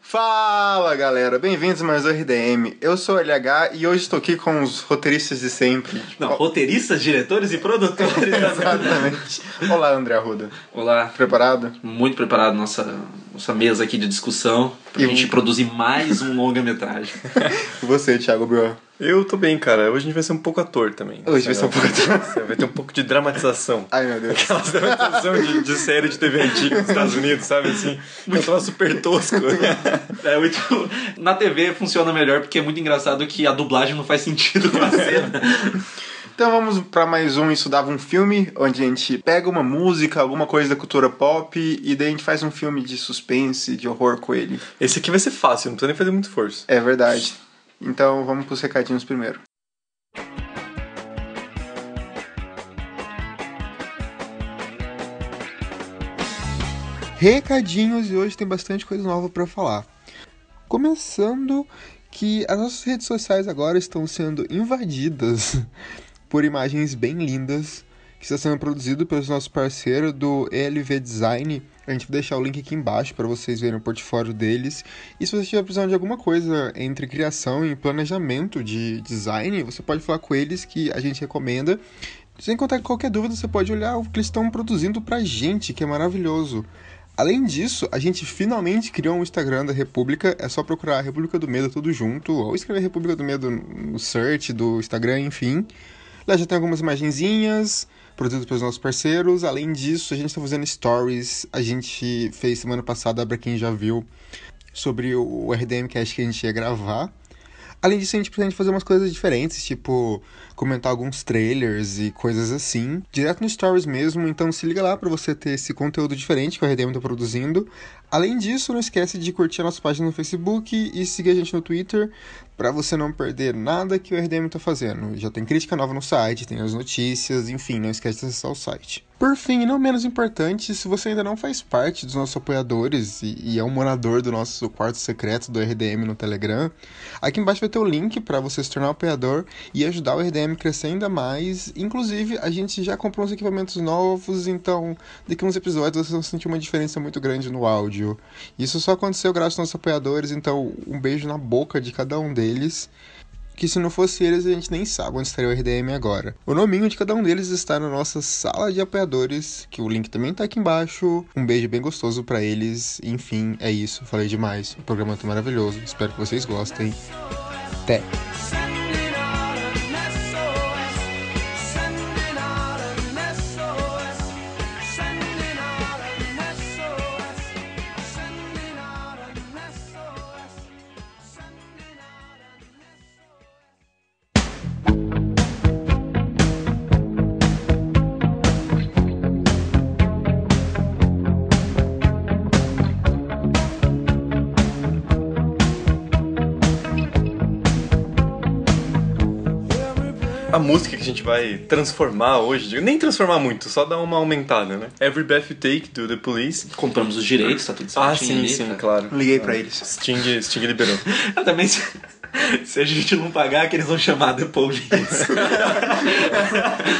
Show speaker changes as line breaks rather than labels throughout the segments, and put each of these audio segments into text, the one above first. Fala galera, bem-vindos a mais um RDM. Eu sou o LH e hoje estou aqui com os roteiristas de sempre.
Não, roteiristas, diretores e produtores.
Exatamente. Olá, André Arruda.
Olá.
Preparado?
Muito preparado nossa nossa mesa aqui de discussão pra
E
gente
um-
produzir mais um longa-metragem.
E você, Thiago Bro?
Eu tô bem, cara. Hoje a gente vai ser um pouco ator também.
Hoje vai ser um pouco ator.
Você Vai ter um pouco de dramatização.
Ai meu Deus.
Aquelas dramatização de, de série de TV antiga dos Estados Unidos, sabe assim? Eu tava super tosco.
É muito... Na TV funciona melhor porque é muito engraçado que a dublagem não faz sentido com a cena.
Então vamos para mais um Isso Dava um Filme, onde a gente pega uma música, alguma coisa da cultura pop e daí a gente faz um filme de suspense, de horror com ele.
Esse aqui vai ser fácil, não precisa nem fazer muito esforço.
É verdade. Então vamos pros recadinhos primeiro. Recadinhos e hoje tem bastante coisa nova para falar. Começando que as nossas redes sociais agora estão sendo invadidas por imagens bem lindas que está sendo produzido pelos nossos parceiros do ELV Design. A gente vai deixar o link aqui embaixo para vocês verem o portfólio deles. E se você tiver precisando de alguma coisa entre criação e planejamento de design, você pode falar com eles que a gente recomenda. Sem contar que qualquer dúvida, você pode olhar o que eles estão produzindo pra gente, que é maravilhoso. Além disso, a gente finalmente criou um Instagram da República. É só procurar República do Medo tudo junto, ou escrever República do Medo no search do Instagram, enfim. Lá já tem algumas imagenzinhas produzidas pelos nossos parceiros. Além disso, a gente está fazendo stories. A gente fez semana passada, pra quem já viu, sobre o RDM Cast que a gente ia gravar. Além disso, a gente pretende fazer umas coisas diferentes, tipo comentar alguns trailers e coisas assim, direto no Stories mesmo. Então se liga lá pra você ter esse conteúdo diferente que o RDM tá produzindo. Além disso, não esquece de curtir a nossa página no Facebook e seguir a gente no Twitter pra você não perder nada que o RDM tá fazendo. Já tem crítica nova no site, tem as notícias, enfim, não esquece de acessar o site. Por fim, e não menos importante, se você ainda não faz parte dos nossos apoiadores e, e é um morador do nosso quarto secreto do RDM no Telegram, aqui embaixo vai ter o link pra você se tornar um apoiador e ajudar o RDM a crescer ainda mais. Inclusive, a gente já comprou uns equipamentos novos, então daqui a uns episódios vocês vão sentir uma diferença muito grande no áudio. Isso só aconteceu graças aos nossos apoiadores, então um beijo na boca de cada um deles. Que se não fosse eles, a gente nem sabe onde estaria o RDM agora. O nominho de cada um deles está na nossa sala de apoiadores, que o link também tá aqui embaixo. Um beijo bem gostoso pra eles. Enfim, é isso. Falei demais. O programa tá maravilhoso. Espero que vocês gostem. Até.
A música que a gente vai transformar hoje, digo, nem transformar muito, só dar uma aumentada, né? Every Breath You Take, do The Police.
Compramos os direitos, tá tudo certinho
Ah, sim,
ali,
sim,
tá?
claro.
né? Liguei pra eles.
Sting, Sting liberou.
Eu também, se, se a gente não pagar, que eles vão chamar The Police.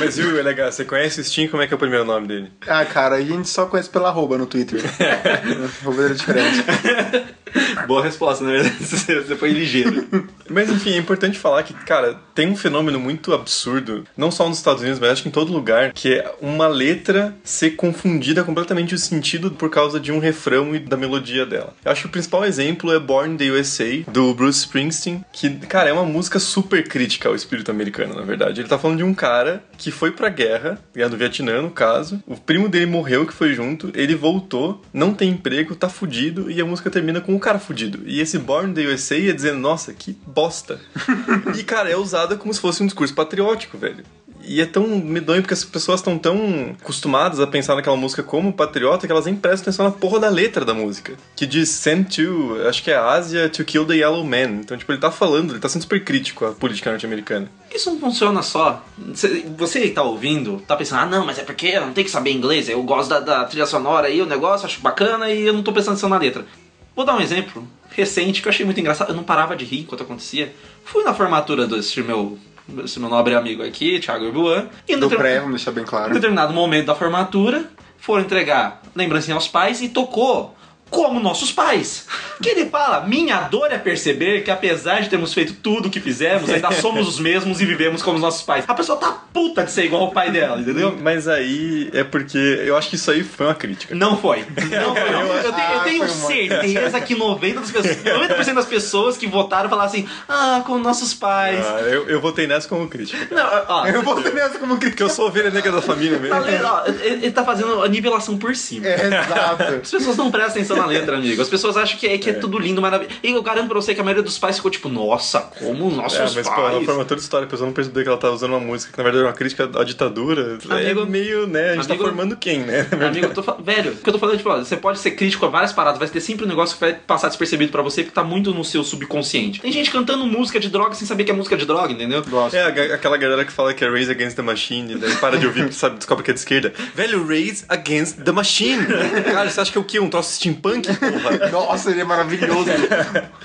Mas viu, LH, você conhece o Sting? Como é que é o primeiro nome dele?
Ah, cara, a gente só conhece pela arroba no Twitter. arroba era diferente.
Boa resposta, na verdade. Você foi ligeiro.
Mas enfim, é importante falar que, cara, tem um fenômeno muito absurdo, não só nos Estados Unidos, mas acho que em todo lugar, que é uma letra ser confundida completamente o sentido por causa de um refrão e da melodia dela. Eu acho que o principal exemplo é Born in the USA, do Bruce Springsteen, que, cara, é uma música super crítica ao espírito americano, na verdade. Ele tá falando de um cara que foi pra guerra, guerra do Vietnã, no caso, o primo dele morreu, que foi junto, ele voltou, não tem emprego, tá fudido, e a música termina com o cara fudido. E esse Born in the USA ia é dizendo, nossa, que bosta. e, cara, é usada como se fosse um discurso patriótico, velho. E é tão medonho porque as pessoas estão tão acostumadas a pensar naquela música como patriota que elas nem prestam atenção na porra da letra da música. Que diz send to, acho que é Ásia, to kill the yellow man. Então, tipo, ele tá falando, ele tá sendo super crítico à política norte-americana.
Isso não funciona só. Cê- Você que tá ouvindo, tá pensando, ah não, mas é porque eu não tenho que saber inglês, eu gosto da, da trilha sonora aí, o negócio, acho bacana e eu não tô prestando atenção na letra. Vou dar um exemplo recente que eu achei muito engraçado, eu não parava de rir enquanto acontecia. Fui na formatura desse meu, esse meu nobre amigo aqui, Thiago Ibuan, e em
Do
determin-
pré, vamos deixar bem
em
claro.
determinado momento da formatura, foram entregar lembrancinha aos pais e tocou como nossos pais. Que ele fala: Minha dor é perceber que, apesar de termos feito tudo o que fizemos, ainda somos os mesmos e vivemos como os nossos pais. A pessoa tá puta de ser igual ao pai dela, entendeu?
Mas aí é porque eu acho que isso aí foi uma crítica.
Não foi. Não foi. não. Eu, tenho- eu
Ah, foi
tenho
uma-
certeza que 90%, das pessoas, 90 das pessoas que votaram falaram assim: Ah, como nossos pais.
Ah, eu, eu votei nessa como crítica.
Não, ó,
Eu vou nessa como que.
Porque eu sou ovelha negra da família mesmo.
tá lendo, ó, ele ele tá fazendo a nivelação por cima.
É, exato.
As pessoas não prestam atenção na letra, amigo. As pessoas acham que é, que é tudo lindo, maravilhoso. E eu garanto pra você que a maioria dos pais ficou tipo, nossa, como
É,
nossos
mas pô, na
pais.
formatura de história, a pessoa não percebeu que ela tava usando uma música que na verdade era uma crítica à ditadura. é
Amigo-
meio, né? A gente
amigo-
tá formando quem, né?
Amigo, eu tô falando. Velho, o que eu tô falando, tipo, ó, você pode ser crítico a várias paradas, vai ter sempre um negócio que vai passar despercebido pra você, porque tá muito no seu subconsciente. Tem gente cantando música de droga sem saber que é música de droga, entendeu?
Gosto.
É, a- aquela galera que fala que é Raise Against the Machine, daí para de ouvir, sabe, descobre que é de esquerda. Velho, Raise Against the Machine! Cara, você acha que é o quê? Um troço steampunk, porra?
Nossa, ele é maravilhoso.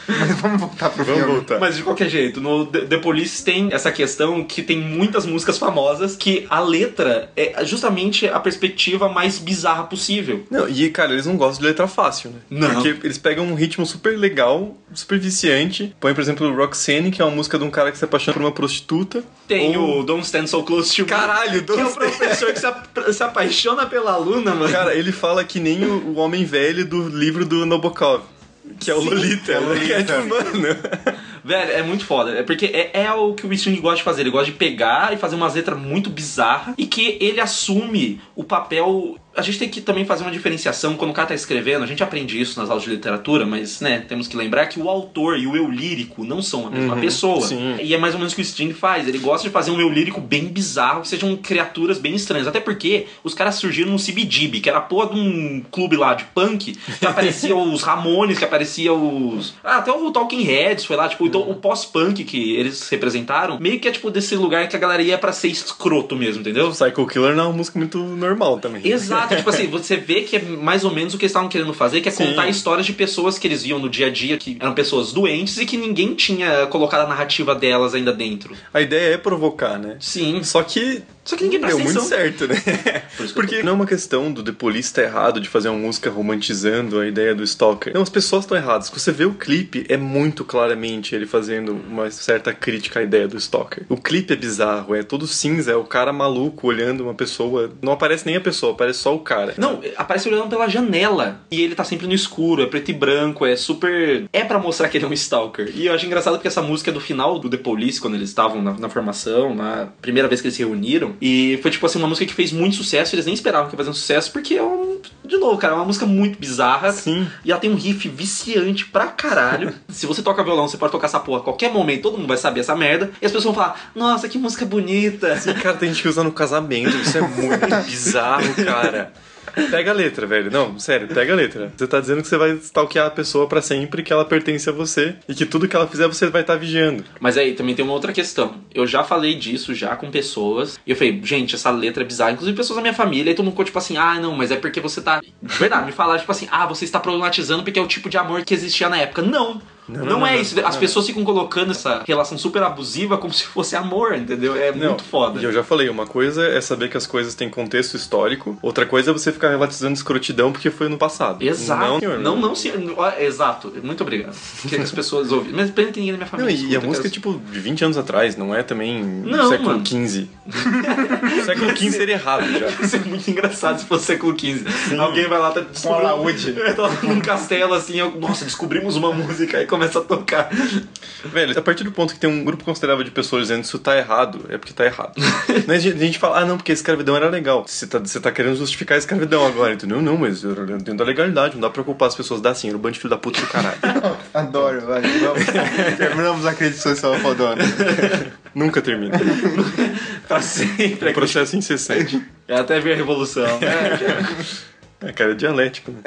Mas vamos voltar pro
Vamos
filme.
voltar.
É, Mas de qualquer jeito, no The The Police tem essa questão que tem muitas músicas famosas que a letra é justamente a perspectiva mais bizarra possível.
Não, e cara, eles não gostam de letra fácil, né?
Não.
Porque eles pegam um ritmo super legal, super viciante. Põe, por exemplo, Roxane, que é uma música de um cara que se apaixona por uma prostituta.
Tem
Ou-
o Don't Stand So Close to Me,
Caralho,
Que é o
Don't
professor que se, apa- se apaixona pela aluna, mano.
Cara, ele fala que nem o, o homem velho do livro do Nabokov. Que é o Lolita.
é o Lolita.
É tipo, mano.
Velho, é muito foda. É porque é, é o que o Wissing gosta de fazer. Ele gosta de pegar e fazer umas letras muito bizarras e que ele assume o papel. A gente tem que também fazer uma diferenciação quando o cara tá escrevendo. A gente aprende isso nas aulas de literatura, mas, né, temos que lembrar que o autor e o eu lírico não são a mesma
Uhum,
pessoa.
sim.
E é mais ou menos o que o Sting faz. Ele gosta de fazer um eu lírico bem bizarro, que sejam criaturas bem estranhas. Até porque os caras surgiram no CBGB, que era a porra de um clube lá de punk, que aparecia os Ramones, que aparecia os. Ah, até o Talking Heads foi lá, tipo, então o pós-punk que eles representaram, meio que é tipo desse lugar que a galera ia pra ser escroto mesmo, entendeu?
Psycho Killer não é uma música muito normal também.
Exato, tipo assim, você vê que é mais ou menos o que eles estavam querendo fazer, que é
Sim.
contar histórias de pessoas que eles viam no dia a dia, que eram pessoas doentes e que ninguém tinha colocado a narrativa delas ainda dentro.
A ideia é provocar, né?
Sim.
Só que.
Só que ninguém
deu
presta
muito
atenção.
certo, né?
Por isso que eu
Porque não é uma questão do The Police tá errado de fazer uma música romantizando a ideia do Stalker. Não, as pessoas estão erradas. Quando você vê o clipe, é muito claramente ele fazendo uma certa crítica à ideia do Stalker. O clipe é bizarro, é todo cinza, é o cara maluco olhando uma pessoa. Não aparece nem a pessoa, aparece só o cara.
Não, aparece olhando pela janela. E ele tá sempre no escuro, é preto e branco, é super. É pra mostrar que ele é um stalker. E eu acho engraçado porque essa música é do final do The Police, quando eles estavam na, na formação, na primeira vez que eles se reuniram. E foi tipo assim, uma música que fez muito sucesso, eles nem esperavam que ia fazer um sucesso, porque é um. De novo, cara, é uma música muito bizarra.
Sim.
E ela tem um riff viciante pra caralho. Se você toca violão, você pode tocar essa porra a qualquer momento, todo mundo vai saber essa merda. E as pessoas vão falar: Nossa, que música bonita.
Sim, cara, tem gente que usa no casamento. Isso é muito bizarro, cara. Pega a letra, velho. Não, sério, pega a letra. Você tá dizendo que você vai stalkear a pessoa pra sempre, que ela pertence a você e que tudo que ela fizer você vai estar vigiando.
Mas aí também tem uma outra questão. Eu já falei disso já com pessoas. E eu falei, gente, essa letra é bizarra. Inclusive pessoas da minha família. E todo mundo ficou tipo assim, ah, não, mas é porque você tá. De verdade, me falaram tipo assim, ah, você está problematizando porque é o tipo de amor que existia na época. Não! Não,
não,
é
não,
isso.
não,
As
não.
pessoas ficam colocando essa relação super abusiva como se fosse amor, entendeu? É muito foda.
E eu já falei, uma coisa é saber que as coisas têm contexto histórico, outra coisa é você ficar relatizando escrotidão porque foi no passado.
Exato.
Não,
Não,
senhor,
não, senhor. Ó, Exato. Muito obrigado. Queria que as pessoas ouvissem. Mas pra ninguém da minha
Não,
família.
e a
escuta,
música é
cara.
tipo de 20 anos atrás, não é também
Não,
século
mano.
XV. século XV seria errado já.
Isso é muito engraçado se fosse século XV. Alguém vai lá tá descobrindo-
alaúde.
Tá num castelo assim, eu- nossa, descobrimos uma música e começa a tocar.
Velho, a partir do ponto que tem um grupo considerável de pessoas dizendo isso tá errado, é porque tá errado. Não é a gente- a gente fala, ah, não, porque a escravidão era legal. Você tá, você tá querendo justificar a escravidão agora, entendeu? Não, mas era dentro da legalidade, não dá pra culpar as pessoas da assim, era o bando de filho da puta do caralho.
Adoro, vai. Vamos. Terminamos a crítica social fodona.
Nunca termina.
Pra sempre.
É um processo incessante.
É até ver a revolução. né?
É, cara, é dialético, né?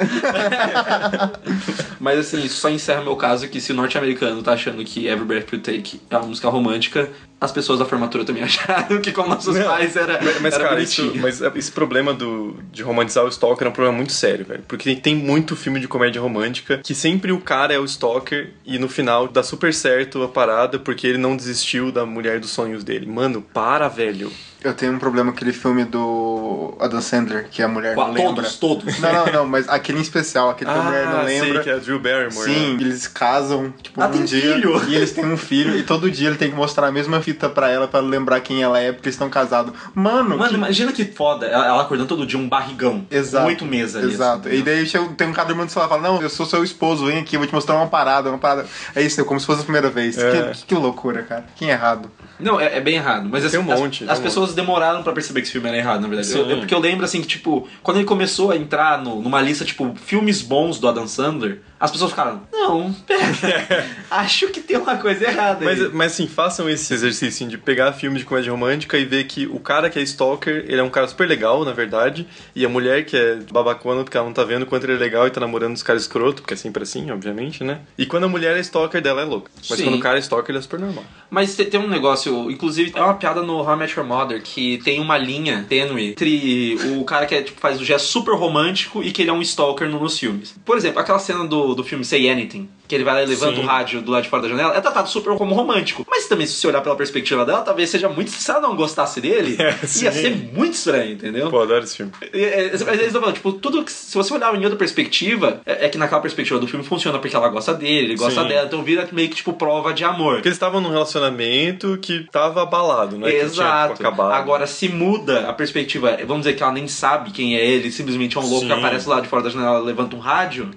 Mas assim, isso só encerra meu caso que se o norte-americano tá achando que Every Breath You Take é uma música romântica, as pessoas da formatura também acharam que com nossos
Não,
pais era,
É, Mas,
era
cara,
bonitinho.
isso- mas é, esse problema do, de romantizar o stalker é um problema muito sério, velho. Porque tem, tem muito filme de comédia romântica que sempre o cara é o stalker e no final dá super certo a parada porque ele não desistiu da mulher dos sonhos dele. Mano, para, velho.
Eu tenho um problema com aquele filme do Adam Sandler, que a mulher
Qual-
não lembra.
todos, Ah, todos.
Não, não, não, mas aquele em especial, aquele que a mulher não
sei
lembra.
que é a Drew Barrymore.
Sim,
né?
eles casam, tipo,
Ah,
um
tem
dia
filho.
e eles têm um filho e todo dia ele tem que mostrar a mesma fita pra ela pra lembrar quem ela é porque eles estão casados. Mano,
Mano,
que-
imagina que foda. Ela ela acordando todo dia um barrigão.
Exato.
Com oito meses ali.
Exato.
assim.
E daí chega- tem um cara dormindo no celular e fala: Não, eu sou seu esposo, vem aqui, eu vou te mostrar uma parada, uma parada. É isso, é como se fosse a primeira vez.
É.
Que, que, que loucura, cara. Que errado.
Não, é, é bem errado. Mas
Tem
assim,
um monte,
as,
tem
as
um
pessoas demoraram pra perceber que esse filme era errado, na verdade.
Sim.
Eu- eu- porque eu lembro, assim, que, tipo, quando ele começou a entrar no- numa lista, tipo, filmes bons do Adam Sandler, as pessoas ficaram, não, pera, acho que tem uma coisa errada aí.
Mas, mas assim, façam esse exercício assim, de pegar filme de comédia romântica e ver que o cara que é stalker, ele é um cara super legal, na verdade, e a mulher que é babacona porque ela não tá vendo quanto ele é legal e tá namorando os caras escroto, porque é sempre assim, obviamente, né? E quando a mulher é stalker dela é louca. Mas
Sim.
quando o cara é stalker, ele é super normal.
Mas te- tem um negócio, inclusive, é uma piada no How I Met Your Mother que tem uma linha tênue entre o cara que é, tipo, faz o gesto super romântico e que ele é um stalker no- nos filmes. Por exemplo, aquela cena do, do filme Say Anything, que ele vai lá e levanta
Sim.
o rádio do lado de fora da janela, é tratado super como romântico. Mas também, se você olhar pela perspectiva dela, talvez seja muito. Se ela não gostasse dele,
É,
ia
sim.
ser muito estranho, entendeu?
Pô, adoro esse filme.
É, é, Mas eles estão falando, tipo, tudo que. Se você olhar em outra perspectiva, é, é que naquela perspectiva do filme funciona porque ela gosta dele, ele gosta
Sim.
dela, então vira meio que, tipo, prova de amor.
Porque eles estavam num relacionamento que tava abalado, né? Que tinha,
Exato.
tipo, acabado.
Agora, se muda a perspectiva, vamos dizer que ela nem sabe quem é ele, simplesmente é um louco que
Sim.
aparece lá de fora da janela e levanta um rádio.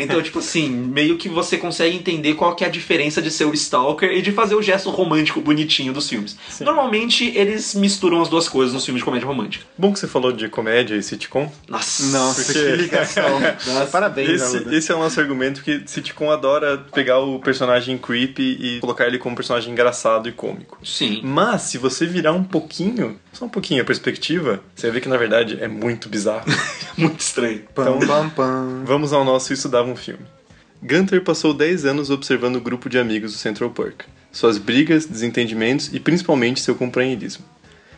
então, tipo assim, meio que você consegue entender qual que é a diferença de ser o stalker e de fazer o gesto romântico bonitinho dos filmes. Normalmente, eles misturam as duas coisas nos filmes de comédia romântica.
Bom que você falou de comédia e sitcom.
Nossa.
Nossa,
Porque-
que ligação. Nossa, Parabéns,
Esse,
Aluda.
esse é o nosso argumento que sitcom adora pegar o personagem creepy e colocar ele como um personagem engraçado e cômico.
Sim.
Mas se você virar um pouquinho, só um pouquinho a perspectiva, você vê que na verdade é muito bizarro.
Muito estranho.
Pam, pam, pam.
Vamos ao nosso Isso Dava um Filme. Gunter passou 10 anos observando o grupo de amigos do Central Park, suas brigas, desentendimentos e principalmente seu companheirismo.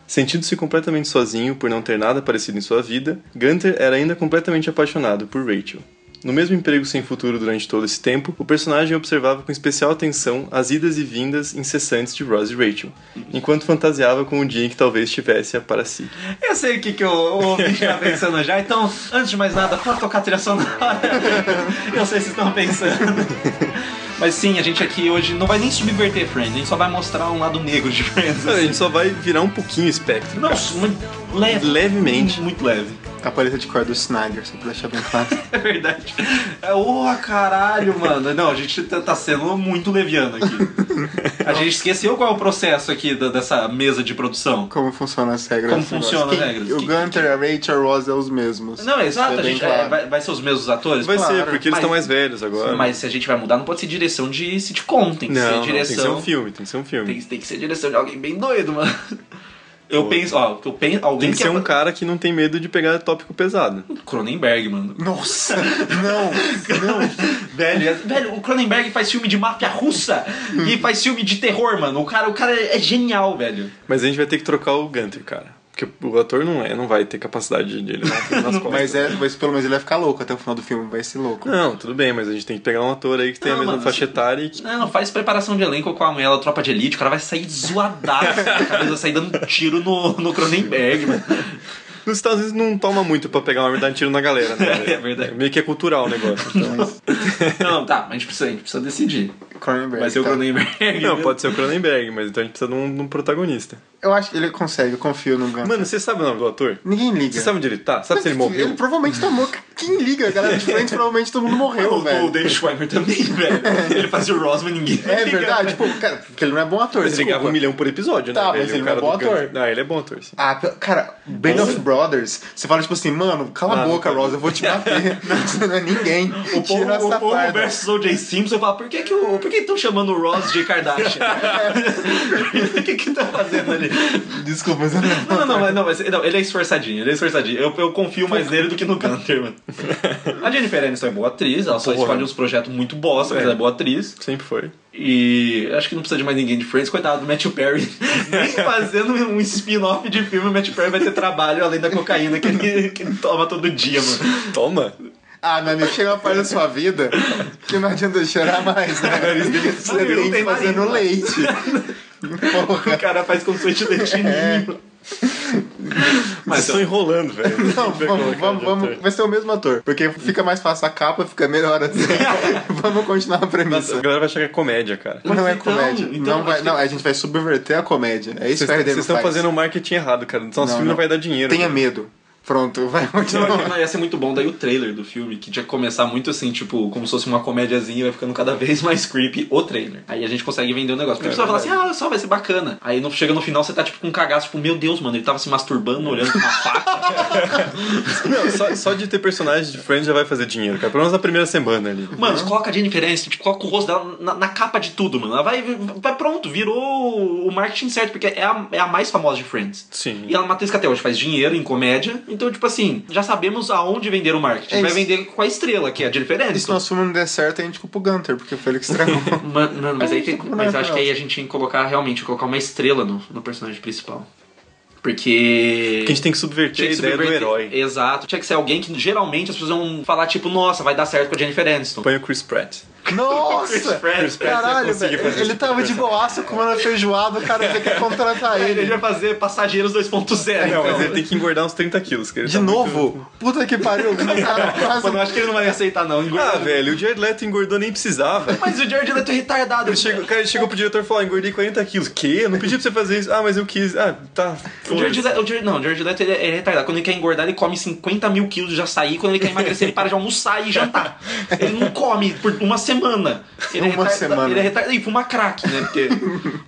Sentindo-se completamente sozinho por não ter nada parecido em sua vida, Gunter era ainda completamente apaixonado por Rachel. No mesmo emprego sem futuro durante todo esse tempo, o personagem observava com especial atenção as idas e vindas incessantes de Ross e Rachel, enquanto fantasiava com o dia em que talvez tivesse-a para si.
Eu sei o que, que o o ouvinte tá pensando já, então, antes de mais nada, pode tocar a trilha sonora. Eu sei o que vocês estão pensando. Mas sim, a gente aqui hoje não vai nem subverter Friends, a gente só vai mostrar um lado negro de Friends.
Cara, a
Assim.
gente só vai virar um pouquinho o espectro.
Não,
cara.
muito leve.
Levemente.
Muito leve.
A paleta de cor do Snyder, só pra deixar bem claro.
É verdade. É, oh, caralho, mano. Não, a gente tá, tá sendo muito leviano aqui. A gente esqueceu qual é o processo aqui da- dessa mesa de produção.
Como funcionam as regras?
Como
desse negócio.
funcionam as
Quem-
regras?
O
Quem-
Gunter, a Rachel, a Ross é os mesmos.
Não, exato,
Isso
a
é bem
gente
claro.
é, vai, vai ser os mesmos atores?
Vai ser,
Claro,
porque eles
mas-
estão mais velhos agora.
Mas se a gente vai mudar, não pode ser direção de sitcom, tem que
não,
ser
não, tem que ser
direção.
um filme, tem que ser um filme.
tem,
Tem,
tem que ser direção de alguém bem doido, mano. Eu
Pô.
penso, ó, eu penso, alguém
que ser um
é-
cara que não tem medo de pegar tópico pesado.
Cronenberg, mano.
Nossa! Não! Não!
Velho, é- velho, o Cronenberg faz filme de máfia russa e faz filme de terror, mano. O cara, o cara é é genial, velho.
Mas a gente vai ter que trocar o Gunter, cara. Porque o ator não é, não vai ter capacidade de ele dar um filme nas costas.
Mas, é, mas pelo menos ele vai ficar louco até o final do filme, vai ser louco.
Não, tudo bem, mas a gente tem que pegar um ator aí que tem a
Não, assim-
mesma
mano,
faixa
você-
etária e que.
Não, faz preparação de elenco com a mulher da tropa de elite, o cara vai sair zoadaço, a cabeça vai sair dando tiro no, no Cronenberg, mano.
Nos Estados Unidos não toma muito pra pegar uma arma e dar um tiro na galera, né? velho?
É verdade.
Meio que é cultural o negócio. então.
Não, tá, mas a gente precisa, a gente precisa decidir.
Cronenberg.
Vai ser o
tá?
Cronenberg.
Não,
mesmo.
pode ser o Cronenberg, mas então a gente precisa de um, de um protagonista.
Eu acho que ele consegue, eu confio no Gunter.
Mano, você sabe o nome do ator?
Ninguém liga.
Você sabe onde ele tá? Sabe se ele
é
Ele
morreu?
provavelmente tomou. Quem liga, galera? De frente, provavelmente todo mundo morreu,
Ah, o,
velho.
o David Schwimmer também, velho. Ele fazia o Rosman ninguém.
É verdade, tipo, cara, porque ele não é bom ator.
Mas ele
desculpa.
ganhava um milhão por episódio, né?
Tá,
velho?
mas ele
O
não é
cara
bom
do Gun-
ator.
Não, ele é bom ator, sim.
Ah, pe- cara, Band of Brothers, você fala tipo assim, mano, cala
Ah,
a
não
boca,
pode.
Rosa, eu vou te bater. Você não é ninguém.
O povo,
Tira
o
essa
povo
farda.
versus O.J. Simpson fala, por que que o- por que estão chamando o Ross de Kardashian? O que que tá fazendo ali?
É. Desculpa, mas eu não
Não, não, não, mas, não, mas não, ele é esforçadinho, ele é esforçadinho. Eu, eu confio mais nele do que no Gunter, mano. A Jennifer Aniston é boa atriz, ela só
Porra.
escolhe uns projetos muito bosta, mas
É.
ela é boa atriz.
Sempre foi.
E acho que não precisa de mais ninguém de Friends, coitado do Matthew Perry. Nem fazendo um spin-off de filme, o Matthew Perry vai ter trabalho além da cocaína que ele, que ele toma todo dia, mano.
Toma!
Ah, meu amigo, chega uma parte da sua vida que não adianta chorar mais, né? Você
Amigo, não
tem
tem
que fazer no
nariz,
leite. Porra. É,
O cara faz como se fosse de leite ninho.
Mas estão enrolando, velho.
Não,
Vamos ver
vamos,
colocar
vamos,
de
vamos-
ator.
Vai ser o mesmo ator. Porque fica mais fácil a capa, fica melhor assim. vamos continuar a
Nossa, a
premissa.
galera vai achar que é comédia, cara.
Mas
não é
então,
comédia.
então,
não, vai-
acho que-
não, a gente vai subverter a comédia. É isso
Vocês
que Fair
vocês
Devil
estão
faz.
fazendo um marketing errado, cara. Nosso filme não vai dar dinheiro.
Tenha
cara.
medo. Pronto, vai
Não,
continuar.
mas ia ser muito bom daí o trailer do filme, que tinha que começar muito assim, tipo, como se fosse uma comédiazinha, vai ficando cada vez mais creepy o trailer. Aí a gente consegue vender o negócio. Porque
É
a pessoa fala assim,
verdade.
ah, olha só, vai ser bacana. Aí no, chega no final, você tá tipo com um cagaço, tipo, meu Deus, mano, ele tava se masturbando, olhando com uma faca.
Não, só, só de ter personagens de Friends já vai fazer dinheiro, cara. Pelo menos na primeira semana ali.
Mano, coloca a Jennifer Aniston, tipo, coloca o rosto dela na, na capa de tudo, mano. Ela vai, vai pronto, virou o marketing certo, porque é a, é a mais famosa de Friends.
Sim.
E ela é uma atriz que até hoje faz dinheiro em comédia. Então, tipo assim, já sabemos aonde vender o marketing.
É
vai
isso.
vender com a estrela, que é a Jennifer Aniston.
E se nosso filme não der certo, a gente culpa o Gunter, porque foi ele que estragou.
Ma- Mano,
É
mas aí tem,
Não,
mas
não,
acho que aí a gente tinha que colocar realmente colocar uma estrela no, no personagem principal. Porque.
Porque a gente tem que subverter
tinha
a
que
ideia
subverter-
do herói.
Exato. Tinha que ser alguém que geralmente as pessoas vão falar, tipo, nossa, vai dar certo com a Jennifer Aniston.
Põe o Chris Pratt.
Nossa!
Chris Pratt ia
Caralho,
conseguir
velho.
fazer
Ele
esse tipo
tava
de
de boaço comendo feijoada, o cara já quer contratar
É, Ele
ele.
vai fazer passageiros 2.0.
É, Não, mas
então.
ele tem que engordar uns 30 quilos, cara. Ele
De
tá muito-
novo? Puta que pariu, o cara quase
Mano, eu acho que ele não vai aceitar, não.
Ah, velho, o Jared Leto engordou nem precisava.
Mas o Jared Leto é retardado.
Ele chegou, cara, ele chegou pro diretor e falou: "Ah, engordei 40 quilos. Que? Eu não pedi pra você fazer isso. Ah, mas eu quis. Ah, tá.
O Jared
foda-se."
Leto, o Jared- não, o Jared Leto ele é retardado. Quando ele quer engordar, ele come 50 mil quilos de açaí. Quando ele quer emagrecer, ele para de almoçar e jantar. Ele não come por uma semana. Ele é
Uma
retarda-
semana.
Ele é retardado. E fuma crack, né? Porque...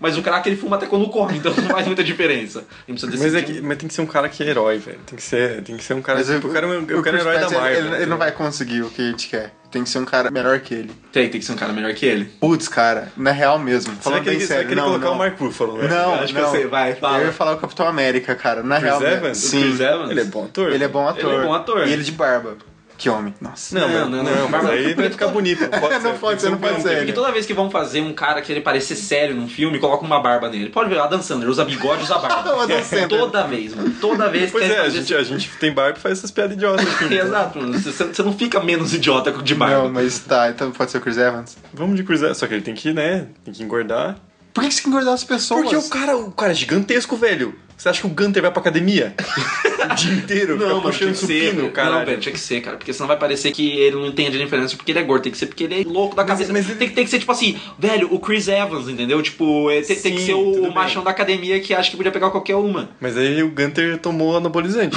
Mas o crack ele fuma até quando come, então não faz muita diferença. Ele precisa
Mas,
decidir.
é que- mas tem que ser um cara que é herói, velho. Tem que ser, tem que ser um cara.
Mas
tipo, eu, quero, eu
o
quero
Chris
herói da
Pratt, ele-
Marvel. tá então.
Ele, ele não vai conseguir o que a gente quer. Tem que ser um cara melhor que ele.
Tem, tem que ser um cara melhor que ele.
Putz, cara, na real mesmo.
Será
Falando
que
bem
ele, será
sério.
que ele
não,
colocar
não.
o Mark Ruffalo, né?
Não,
acho
não.
que eu sei. Vai, fala.
Eu ia falar o Capitão América, cara. Na
Chris
real. mesmo.
Evans?
Sim.
O Chris Evans?
Ele é bom ator?
Ele é bom ator.
Ele é bom ator.
E ele de barba. Que homem. Nossa.
Não,
Não, não,
não, não,
não.
mas aí vai ficar bonito. Não pode
Não
ser.
pode ser, não pode ser.
Porque toda vez que vão fazer um cara que ele parecer sério num filme, coloca uma barba nele. Pode ver, o Adam Sandler usa bigode, usa barba. É,
O Adam Sandler.
Toda vez, mano. Toda vez
Pois
querem
é, a
fazer
gente, a gente tem barba e faz essas piadas então. idiotas. no filme.
Exato, mano. Você você não fica menos idiota de barba.
Não, mas tá, então pode ser o Chris Evans.
Vamos de cruzar. Só que ele tem que, né? Tem que engordar.
Por que que você tem que engordar as pessoas?
Porque o cara, o cara é gigantesco, velho. Você acha que o Gunter vai pra academia? o dia inteiro, fica puxando supino, cara.
Não, velho, tinha que ser, cara. Porque senão vai parecer que ele não entende a diferença porque ele é gordo. Tem que ser porque ele é louco da cabeça.
mas ele-
tem, que- tem que ser, tipo assim, velho, o Chris Evans, entendeu? Tipo, é, tem, tem que
Sim,
ser o,
tudo
o
bem.
machão da academia que acha que podia pegar qualquer uma.
Mas aí o Gunter tomou anabolizante,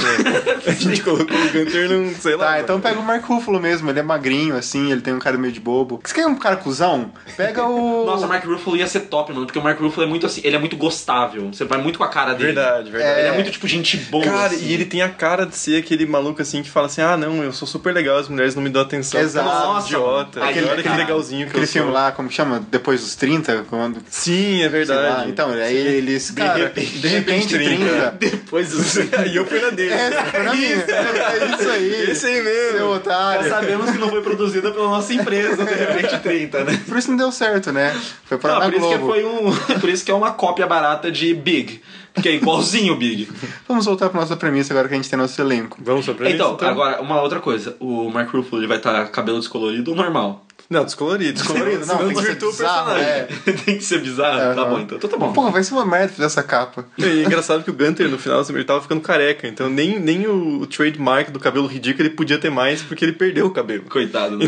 né? a gente colocou o Gunter num, sei lá.
Tá,
mano.
então pega o Mark Ruffalo mesmo, ele é magrinho, assim, ele tem um cara meio de bobo. Você quer um cara cuzão? Pega o...
Nossa, o Mark Ruffalo ia ser top, mano. Porque o Mark Ruffalo é muito assim, ele é muito gostável. Você vai muito com a cara dele.
Verdade, verdade.
Ele é muito, tipo, gente boa.
Cara,
assim.
e ele tem a cara de ser aquele maluco assim que fala assim: ah, não, eu sou super legal, as mulheres não me dão atenção.
Exato.
porque elas
Nossa, tá
são idiota.
mano. Aquele-
olha que
cara,
legalzinho que eu
Aquele filme
sou.
lá, como que chama? Depois dos 30? Quando...
Sim, é
sei
verdade.
lá. Então, aí ele... Esse cara,
repente-
de repente 30...
Depois do...
e eu fui na dele.
É, foi na minha. É isso aí.
Esse aí
Seu
mesmo.
Já
otário.
sabemos que não foi produzida pela nossa empresa, de repente 30, né?
Por isso não deu certo, né? Foi pra
Não,
na
por isso, que
Globo.
foi um, por isso que é uma cópia barata de Big. Que é igualzinho o Big.
Vamos voltar pra nossa premissa agora que a gente tem nosso elenco.
Vamos sobre isso.
Então, agora, uma outra coisa. O Mark Ruffalo ele vai estar cabelo descolorido ou normal?
Não, descolorido.
Descolorido, não,
Senão
tem que ser
desvirtua o
bizarro,
personagem.
é.
Tem que ser bizarro? Tá
Aham.
bom, então. Então tá bom.
Pô, vai ser uma merda fazer essa capa.
E é engraçado que o Gunter, no final, assim, ele tava ficando careca. Então nem, nem o, o trademark do cabelo ridículo ele podia ter mais, porque ele perdeu o cabelo.
Coitado, né?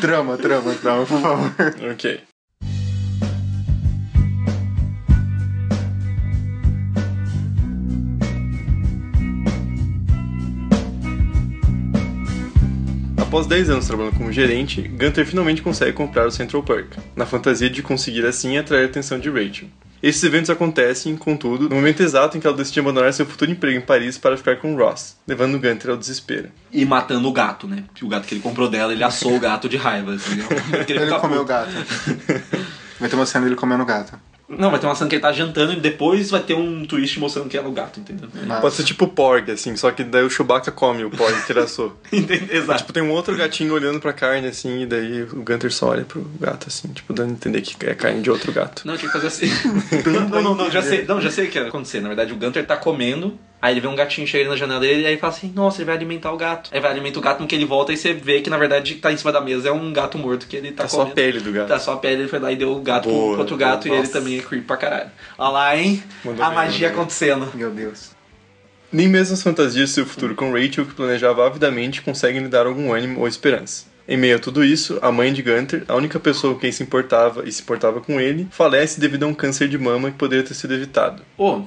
Trama, trama, trama, por favor.
Ok. Após 10 anos trabalhando como gerente, Gunter finalmente consegue comprar o Central Park, na fantasia de conseguir assim atrair a atenção de Rachel. Esses eventos acontecem, contudo, no momento exato em que ela decide abandonar seu futuro emprego em Paris para ficar com Ross, levando Gunter ao desespero.
E matando o gato, né? Porque O gato que ele comprou dela, ele assou o gato de raiva, entendeu? Porque ele
Ele
fica
comeu o
tá puto.
gato. Vai ter uma cena dele comendo o gato.
Não, vai ter uma cena que ele tá jantando e depois vai ter um twist mostrando que era o gato, entendeu?
Ah.
Pode ser tipo Porg, assim, só que daí o Chewbacca come o Porg que ele assou.
Entende? Exato.
Tipo, tem um outro gatinho olhando pra carne, assim, e daí o Gunter só olha pro gato, assim, tipo, dando a entender que é carne de outro gato.
Não, tinha que fazer assim. não, não, não, já sei, não, já sei o que ia acontecer. Na verdade, o Gunter tá comendo Aí ele vê um gatinho chegando na janela dele e aí ele fala assim, nossa, ele vai alimentar o gato. Aí vai alimentar o gato, no que ele volta e você vê que na verdade que tá em cima da mesa é um gato morto que ele tá,
Tá só a
comendo.
pele do gato.
Tá só a pele, ele foi lá e deu o gato
Boa,
pro outro gato
boa,
e ele
nossa.
também é creep pra caralho. Olha lá, hein?
Mandou
a
bem,
magia
mandou
acontecendo.
Meu Deus.
Nem mesmo as fantasias de seu futuro com Rachel, que planejava avidamente, conseguem lhe dar algum ânimo ou esperança. Em meio a tudo isso, a mãe de Gunther, a única pessoa com quem se importava e se importava com ele, falece devido a um câncer de mama que poderia ter sido evitado.
Ô,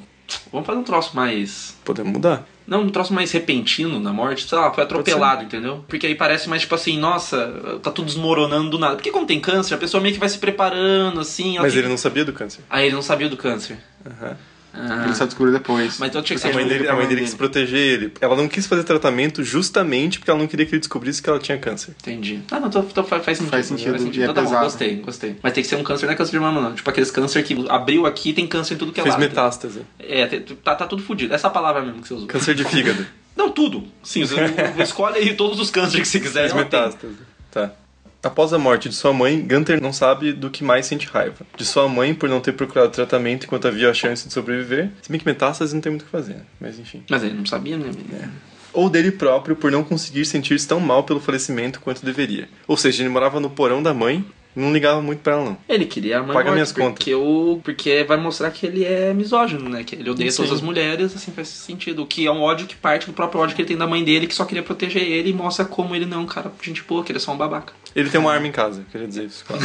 vamos fazer um troço mais.
Podemos mudar.
Não, um troço mais repentino na morte, sei lá, foi atropelado, entendeu? Porque aí parece mais tipo assim, nossa, tá tudo desmoronando do nada. Porque quando tem câncer, a pessoa meio que vai se preparando, assim. ela
Mas
tem-
ele não sabia do câncer.
Aí ele não sabia do câncer.
Aham.
Ah,
Ele só descobriu depois.
Mas então tinha que
A
ser.
mãe,
Ele
dele, é a mãe dele
dele.
quis proteger ele. Ela não quis fazer tratamento justamente porque ela não queria que ele descobrisse que ela tinha câncer.
Entendi. Ah, não, tô, tô- faz, faz sentido.
Faz sentido, e é
Então tá bom,
pesado.
gostei, gostei. Mas tem que ser um câncer, não é câncer de mama, não. Tipo aqueles câncer que abriu aqui tem câncer em tudo que é
Fez
lado.
metástase.
É, tem- tá, tá tudo fodido. Essa palavra mesmo que você usou.
Câncer de fígado.
Não, tudo. Sim, você escolhe aí todos os cânceres que você quiser.
Fez
ela É, tem.
metástase. Tá. Após a morte de sua mãe, Gunther não sabe do que mais sente raiva. De sua mãe por não ter procurado tratamento enquanto havia a chance de sobreviver. Se bem que metástase não tem muito o que fazer, né? mas enfim.
Mas ele não sabia, né?
É. Ou dele próprio por não conseguir sentir-se tão mal pelo falecimento quanto deveria. Ou seja, ele morava no porão da mãe, não ligava muito pra ela não.
Ele queria a mãe
Paga
morta,
minhas contas.
porque, o, porque vai mostrar que ele é misógino, né? Que ele odeia todas
Sim.
as mulheres, assim, faz sentido. O que é um ódio que parte do próprio ódio que ele tem da mãe dele, que só queria proteger ele e mostra como ele não é um cara de gente boa, que ele é só um babaca.
Ele tem uma arma em casa, queria dizer isso. Claro.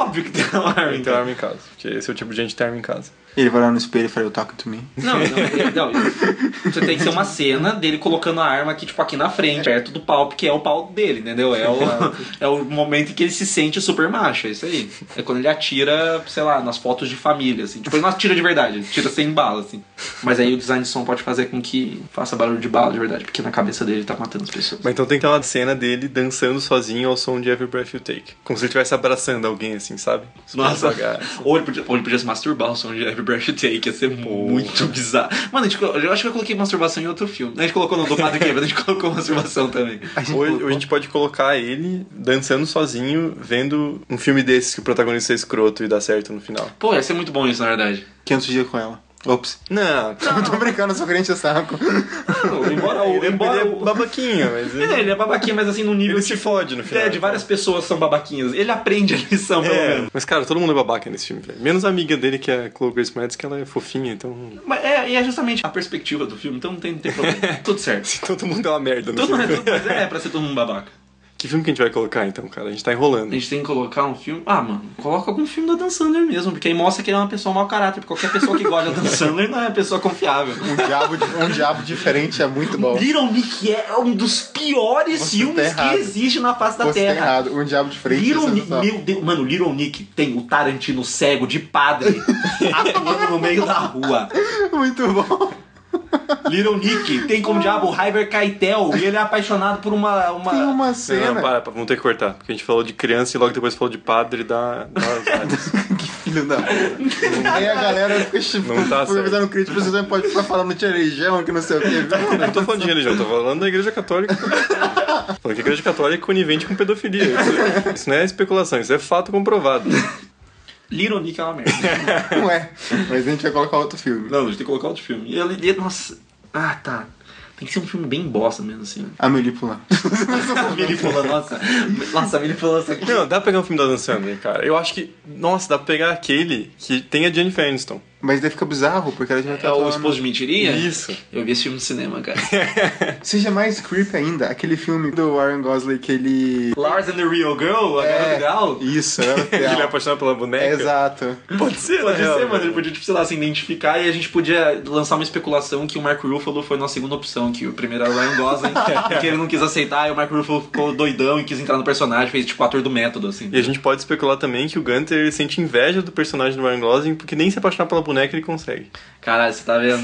É óbvio que tem uma arma,
Ele tem uma
então.
arma em casa, porque esse é o tipo de gente que tem arma em casa.
Ele vai olhar no espelho e falar, eu talking to me.
Não, não, não. Você tem que ser uma cena dele colocando a arma aqui, tipo, aqui na frente, perto do pau, porque é o pau dele, entendeu? É o, é o momento em que ele se sente super macho, é isso aí. É quando ele atira, sei lá, nas fotos de família, assim. Tipo, ele não atira de verdade, ele tira sem bala, assim. Mas aí o design de som pode fazer com que faça barulho de bala de verdade, porque na cabeça dele ele tá matando as pessoas.
Mas então tem que ter uma cena dele dançando sozinho ao som de Every Breath You Take. Como se ele estivesse abraçando alguém assim, sabe?
Nossa,
Devagar.
ou ele, podia, ou ele podia se masturbar o som de Every Breath You Take, ia ser muito bizarro. Mano, a gente, eu acho que eu coloquei masturbação em outro filme. A gente colocou no do Padre Quebra, a gente colocou masturbação também.
Ou, ou a gente pode colocar ele dançando sozinho, vendo um filme desses que o protagonista é escroto e dá certo no final.
Pô, ia ser muito bom isso, na verdade.
500 dias com ela. Ops.
Não,
Eu tô brincando, eu sou crente de saco.
embora o...
ele,
Embora
ele é
o...
babaquinho, mas ele,
É, ele é babaquinha, mas assim, num nível
ele se fode no final.
é, de várias pessoas são babaquinhas. Ele aprende a lição, pelo
É,
menos.
mas cara, todo mundo é babaca nesse filme, velho. Menos a amiga dele, que é a Chloe Grace Moretz, que ela é fofinha, então...
Mas é, e é justamente a perspectiva do filme, então não tem, não tem problema. Tudo certo.
assim, todo mundo é uma merda no
Todo mundo,
filme.
todo mundo- é pra ser todo mundo babaca.
Que filme que a gente vai colocar, então, cara? A gente tá
A
enrolando.
gente tem que colocar um filme. Ah, mano, coloca algum filme da Dan Sandler mesmo, porque aí mostra que ele é uma pessoa mau caráter. Porque qualquer pessoa que gosta da Dan Sandler não é uma pessoa confiável.
Um diabo, de- um diabo diferente é muito bom.
Little Nick é um dos piores
Você tá
filmes que
errado.
existe na face da
Você tá
Terra.
errado. Um diabo diferente
Little
é
Nick,
sensacional.
meu Deus, mano, Little Nick tem o Tarantino cego de padre atuando no meio da rua.
Muito bom.
Little Nick tem como diabo o Hyber Keitel e ele é apaixonado por uma. uma...
Tem um- uma
Não,
cena.
Não, para, para, vamos ter que cortar. Porque a gente falou de criança e logo depois falou de padre da. da
Filho da puta. Aí a galera fica tipo,
Não tá certo.
fazendo crítica, você não pode ficar falando de religião, que não sei o que.
Eu não tô falando de religião, tô falando da igreja católica. falando que a igreja católica é conivente com pedofilia. Isso, isso não é especulação, isso é fato comprovado.
Little Nick é uma merda.
Não é. Mas a gente vai colocar outro filme.
Não, a gente tem que colocar outro filme. E ele, ele- nossa. Ah, tá. Tem que ser um filme bem bosta mesmo, assim. né?
A Melípula.
A Mili falou, nossa. Nossa, a Mili falou assim.
Não, dá pra pegar um filme da Dan Sandler, cara. Eu acho que. Nossa, dá pra pegar aquele que tem a Jennifer Aniston.
Mas daí fica bizarro, porque ela já vai
É o
Tá falando-
esposo de mentirinha?
Isso.
Eu vi esse filme no cinema, cara.
Seja mais creepy ainda, aquele filme do Warren Gosling que ele.
Lars and the Real Girl, a garota
É,
ideal.
Isso, é.
Que ele é
real.
apaixonado pela boneca.
É, Exato.
Pode ser, né?
Pode
na real,
ser, mano.
velho.
Ele podia, tipo, sei lá, se identificar e a gente podia lançar uma especulação que o Mark Ruffalo foi nossa segunda opção, que o primeiro era o Ryan Gosling, e que ele não quis aceitar, e o Mark Ruffalo ficou doidão e quis entrar no personagem, fez tipo ator do método, assim.
E a gente pode especular também que o Gunter ele sente inveja do personagem do Ryan Gosling porque nem se apaixonar pela boneca ele consegue.
Caralho, você tá vendo?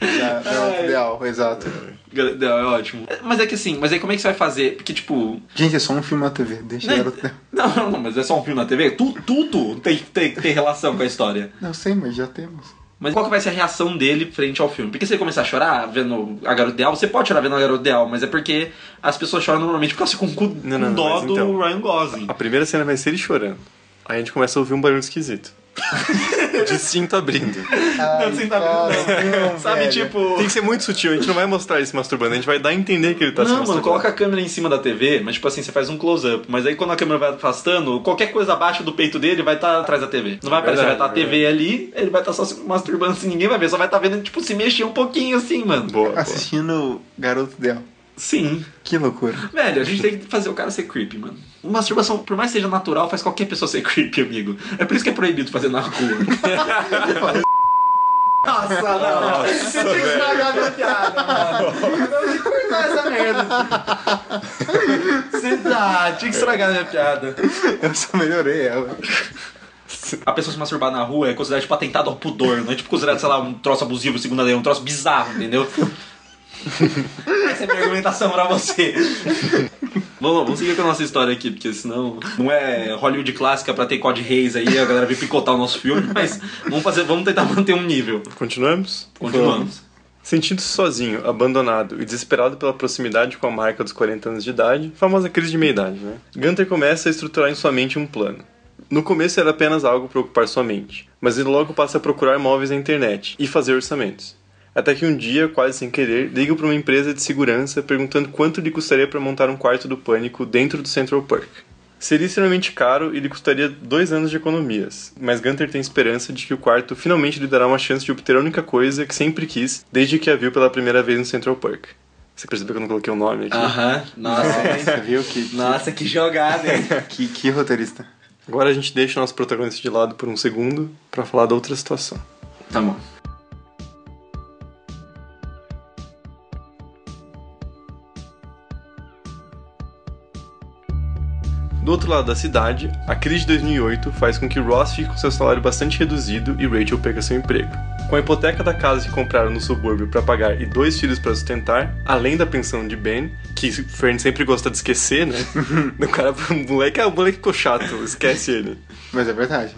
Já, já é o ideal, exato.
não, é ótimo. Mas é que assim, mas aí como é que você vai fazer? Porque, tipo.
Gente, é só um filme na TV, deixa
Não,
ela.
não, não, não, mas é só um filme na TV? Tu, tudo tem, tem, tem relação com a história.
Não sei, mas já temos.
Mas qual que vai ser a reação dele frente ao filme? Porque se ele começar a chorar vendo a garota ideal, você pode chorar vendo a garota ideal, mas é porque as pessoas choram normalmente porque elas ficam com, com
não, não,
dó
mas
do
então-
Ryan Gosling.
A primeira cena vai ser ele chorando. Aí a gente começa a ouvir um barulho esquisito. De cinto abrindo.
Não, sem tá vendo, não. Sabe,
velho.
tipo.
Tem que ser muito sutil, a gente não vai mostrar esse masturbando, a gente vai dar a entender que ele tá se
Não, mano,
masturbando.
coloca a câmera em cima da TV, mas tipo assim, você faz um close-up. Mas aí quando a câmera vai afastando, qualquer coisa abaixo do peito dele vai estar atrás da TV. Não vai aparecer, vai
Verdade,
estar a TV ali, ele vai estar só se masturbando assim, ninguém vai ver, só vai estar vendo, tipo, se mexer um pouquinho assim, mano.
Boa, boa.
Assistindo Garoto Del.
Sim.
Que loucura.
Velho, a gente tem que fazer o cara ser creepy, mano. Masturbação, por mais que seja natural, faz qualquer pessoa ser creepy, amigo. É por isso que é proibido fazer na rua. Nossa, não. Você tem que estragar a minha piada, mano. Eu tenho que cortar essa merda. Você tá, tinha que estragar a minha piada.
Eu só melhorei ela.
A pessoa se masturbar na rua é considerada tipo atentado ao pudor, não é tipo considerado, sei lá, um troço abusivo, segunda lei, é um troço bizarro, entendeu? Essa é a minha argumentação pra você. Vamos, vamos seguir com a nossa história aqui, porque senão não é Hollywood clássica pra ter Code Reis aí, a galera vir picotar o nosso filme, mas vamos, fazer, vamos tentar manter um nível.
Continuamos?
Continuamos.
Sentindo-se sozinho, abandonado e desesperado pela proximidade com a marca dos 40 anos de idade, famosa crise de meia-idade, né? Gunter começa a estruturar em sua mente um plano. No começo era apenas algo para ocupar sua mente, mas ele logo passa a procurar móveis na internet e fazer orçamentos. Até que um dia, quase sem querer, liga para uma empresa de segurança perguntando quanto lhe custaria para montar um quarto do pânico dentro do Central Park. Seria extremamente caro e lhe custaria dois anos de economias, mas Gunter tem esperança de que o quarto finalmente lhe dará uma chance de obter a única coisa que sempre quis desde que a viu pela primeira vez no Central Park. Você percebeu que eu não coloquei o nome aqui?
Aham, nossa.
Você viu que,
Nossa, que jogada, hein?
que, que roteirista.
Agora a gente deixa o nosso protagonista de lado por um segundo para falar da outra situação.
Tá bom.
Do outro lado da cidade, a crise de 2008 faz com que Ross fique com seu salário bastante reduzido e Rachel perca seu emprego. Com a hipoteca da casa que compraram no subúrbio para pagar e dois filhos para sustentar, além da pensão de Ben, que o Fern sempre gosta de esquecer, né? o cara, o moleque, ah, o moleque ficou chato, esquece ele.
Mas é verdade.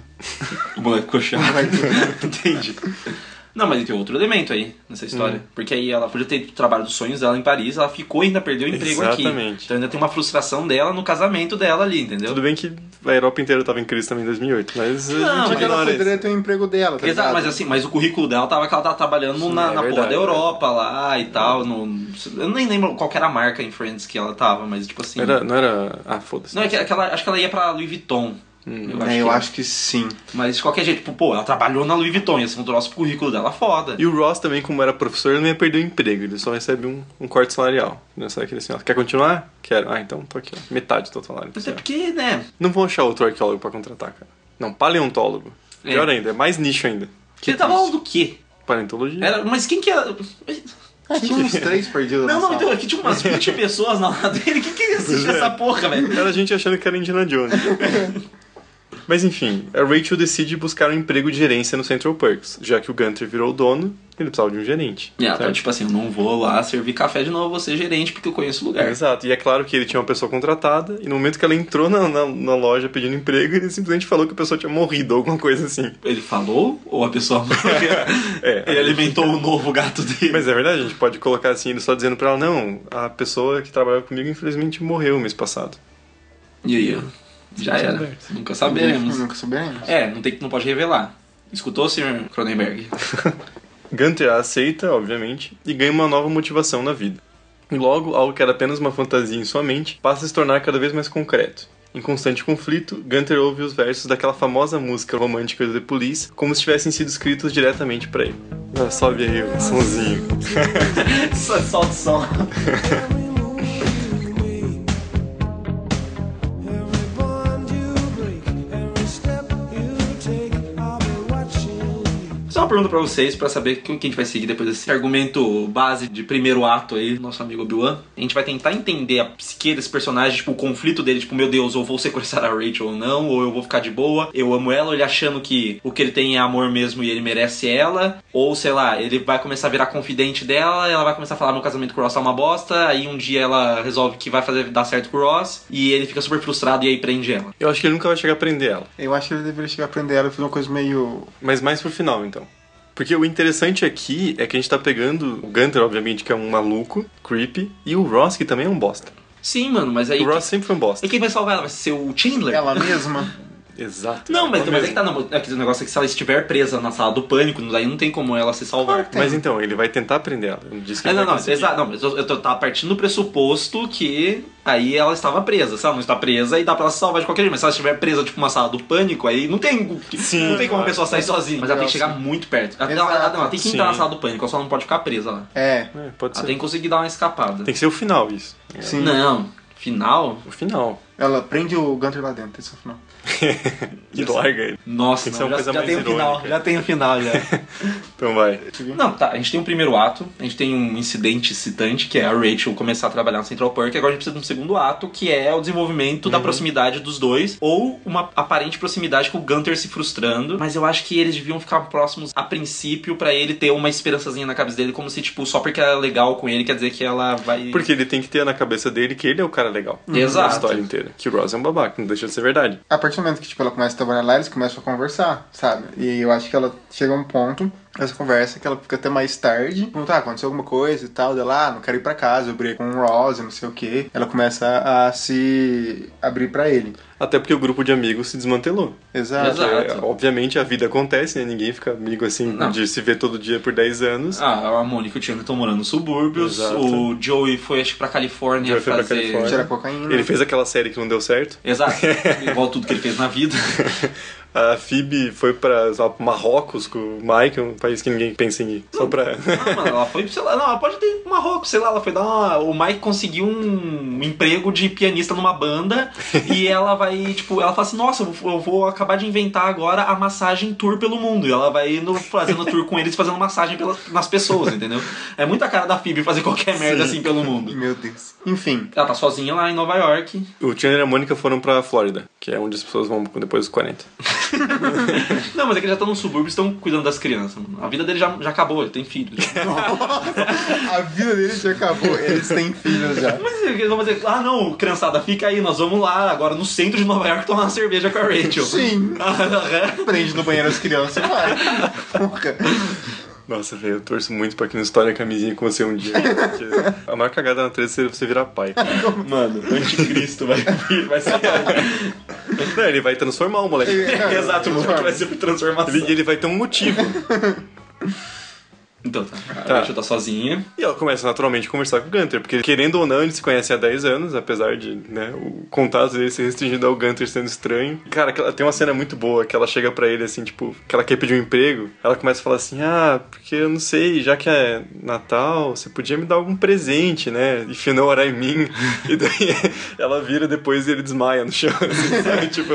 O moleque ficou chato. Entendi. Não, mas tem outro elemento aí nessa história.
Hum.
Porque aí ela podia ter trabalho dos sonhos dela em Paris, ela ficou e ainda perdeu o emprego aqui.
Exatamente.
Então ainda tem uma frustração dela no casamento dela ali, entendeu?
Tudo bem que a Europa inteira tava em crise também em 2008, mas
Não,
a gente
Mas ela
ignora
poderia
isso.
ter o emprego dela, tá
Exato,
ligado?
mas assim, mas o currículo dela tava que ela tava trabalhando na,
é
na porra da
verdade,
Europa lá e tal. No, eu nem lembro qual que era a marca em Friends que ela tava, mas tipo assim.
Era, não era... Ah, foda-se.
Não, é que, é que ela, acho que ela ia pra Louis Vuitton.
Hum,
É,
que
eu
era.
acho que sim.
Mas de qualquer jeito, tipo, pô, ela trabalhou na Louis Vuitton, ia ser um troço pro currículo dela foda.
E o Ross também, como era professor, ele não ia perder o emprego, ele só recebe um, um corte salarial. Não é só aquele assim, ó, quer continuar? Quero. Ah, então tô aqui, ó, metade do teu salário. tá
Até porque, né?
Não vão achar outro arqueólogo pra contratar, cara. Não, paleontólogo.
É.
Pior ainda, é mais nicho ainda.
ele tava falando do quê?
Paleontologia.
Era, mas quem que era.
Ah, tinha uns três perdidos na
Não, não,
sala.
então aqui tinha umas 20 pessoas na lado dele. Quem queria assistir
Pois é.
essa porra, velho?
Era a gente achando que era Indiana Jones. Mas enfim, a Rachel decide buscar um emprego de gerência no Central Perks, já que o Gunter virou o dono, ele precisava de um gerente.
É,
certo?
então, tipo assim, eu não vou lá servir café de novo, vou ser gerente porque eu conheço o lugar.
Exato, e é claro que ele tinha uma pessoa contratada, e no momento que ela entrou na, na- na loja pedindo emprego, ele simplesmente falou que a pessoa tinha morrido, alguma coisa assim.
Ele falou ou a pessoa morreu?
É,
Ele alimentou o novo gato dele.
Mas é verdade, a gente pode colocar assim, ele só dizendo pra ela, não, a pessoa que trabalhava comigo infelizmente morreu mês passado.
E aí, ó, já
Sim,
era.
Roberto.
Nunca saberemos.
Nunca saberemos.
É, não, tem, não pode revelar. Escutou, senhor Cronenberg?
Gunter a aceita, obviamente, e ganha uma nova motivação na vida. E logo, algo que era apenas uma fantasia em sua mente passa a se tornar cada vez mais concreto. Em constante conflito, Gunter ouve os versos daquela famosa música romântica do The Police como se tivessem sido escritos diretamente pra ele. Ah, sobe aí o sonzinho.
Só- Solta o som. Só uma pergunta pra vocês, pra saber o que a gente vai seguir depois desse argumento base de primeiro ato aí, do nosso amigo Obi-Wan. A gente vai tentar entender a psique desse personagem, tipo, o conflito dele, tipo, meu Deus, ou vou sequestrar a Rachel ou não, ou eu vou ficar de boa, eu amo ela, ou ele achando que o que ele tem é amor mesmo e ele merece ela, ou sei lá, ele vai começar a virar confidente dela, ela vai começar a falar meu casamento com o Ross tá uma bosta, aí um dia ela resolve que vai fazer dar certo com o Ross, e ele fica super frustrado e aí prende ela.
Eu acho que ele nunca vai chegar a prender ela.
Eu acho que ele deveria chegar a prender ela e fazer uma coisa meio.
Mas mais pro final, então. Porque o interessante aqui é que a gente tá pegando o Gunter, obviamente, que é um maluco, creepy, e o Ross, que também é um bosta.
Sim, mano, mas aí. é
O Ross sempre foi um bosta.
E quem vai salvar ela? Vai ser o Chandler?
Ela mesma.
Exato.
Não,
cara,
mas,
ela
mas é que
mesma.
tá no, é que o negócio é que se ela estiver presa na sala do pânico, daí não tem como ela se salvar.
Claro que
Mas
tem.
então, ele vai tentar prender ela. Ele disse que
É,
ele
tá- não,
vai
não,
conseguir.
exato, não, mas eu, eu tô- tava partindo do pressuposto que aí ela estava presa. Se ela não está presa, aí dá pra ela se salvar de qualquer jeito. Mas se ela estiver presa, tipo, uma sala do pânico, aí não tem, o que-
Sim.
não tem como a pessoa sair sozinha. Mas ela tem que chegar muito perto. Ela, ela- ela- não, ela tem que entrar
Sim.
na sala do pânico, ela só não pode ficar presa lá.
É,
É,
Ela
pode ser.
Ah, tem
Tem...
que conseguir dar uma escapada.
que ser o final, isso.
sim.
É. Não, final?
O final.
Ela prende o Gunter lá dentro, esse é o final.
E larga ele.
Nossa,
Tem que ser
não,
uma
já,
coisa
já
mais
tem o final,
irônica.
já tem o final já.
Então vai.
Não, tá, a gente tem um primeiro ato, a gente tem um incidente excitante, que é a Rachel começar a trabalhar no Central Park, agora a gente precisa de um segundo ato, que é o desenvolvimento
Uhum.
da proximidade dos dois, ou uma aparente proximidade com o Gunter se frustrando, mas eu acho que eles deviam ficar próximos a princípio pra ele ter uma esperançazinha na cabeça dele, como se, tipo, só porque ela é legal com ele, quer dizer que ela vai...
Porque ele tem que ter na cabeça dele que ele é o cara legal.
Exato.
A história inteira. Que o Ross é um babaca, não deixa de ser verdade.
A partir do momento que tipo, ela começa a trabalhar lá, eles começam a conversar, sabe? E eu acho que ela chega a um ponto, essa conversa, que ela fica até mais tarde. Tipo, tá, aconteceu alguma coisa e tal, dela, ah, não quero ir pra casa, eu briguei com o Rose, não sei o quê. Ela começa a se abrir pra ele.
Até porque o grupo de amigos se desmantelou.
Exato.
Exato.
É, obviamente a vida acontece, né? Ninguém fica amigo assim
Não.
de se ver todo dia por 10 anos.
Ah, a Mônica e o Chandler estão morando nos subúrbios,
Exato.
o Joey foi, acho que, pra Califórnia
Joey foi pra
fazer...
Califórnia.
Tira a cocaína.
Ele fez aquela série que não deu certo.
Exato, igual tudo que ele fez na vida.
A Phoebe foi pra sei lá, Marrocos com o Michael, um país que ninguém pensa em ir. Só pra.
Não, Ah, mano, ela foi, sei lá, não, ela pode ter pro Marrocos, sei lá, ela foi dar uma, O Mike conseguiu um emprego de pianista numa banda e ela vai, tipo, ela fala assim, nossa, eu vou- eu vou acabar de inventar agora a massagem tour pelo mundo. E ela vai indo fazendo tour com eles, fazendo massagem pelas, nas pessoas, entendeu? É muita cara da Phoebe fazer qualquer merda assim pelo mundo.
Meu Deus. Enfim,
Ela tá sozinha lá em Nova York.
O Chandler e a Mônica foram pra Flórida, que é onde as pessoas vão depois dos 40.
Não, mas é que eles já estão no subúrbio estão cuidando das crianças. mano. A vida dele já, já acabou, ele tem filho.
a vida dele já acabou, eles têm filhos já.
Mas eles vão dizer, ah não, criançada, fica aí, nós vamos lá agora no centro de Nova York tomar uma cerveja com a Rachel.
Sim.
Aham.
Prende no banheiro as crianças e vai. Porra.
Nossa, velho, eu torço muito pra que não estoure a camisinha com você um dia. porque A maior cagada na treta seria você virar pai.
Mano, o anticristo vai, vir, vai ser. né?
Não, ele vai transformar o moleque.
Exato, o moleque vai ser por transformação.
Ele, ele vai ter um motivo.
Então tá, a
Tá.
Rachel tá sozinha.
E ela começa naturalmente a conversar com o Gunter, porque querendo ou não, eles se conhecem há 10 anos, apesar de né, o contato dele ser restringido ao Gunter sendo estranho. Cara, aquela- tem uma cena muito boa que ela chega pra ele assim, tipo, que ela quer pedir um emprego. Ela começa a falar assim: Ah, porque eu não sei, já que é Natal, você podia me dar algum presente, né? E final orar em mim. E daí ela vira depois e ele desmaia no chão, assim, sabe? Tipo.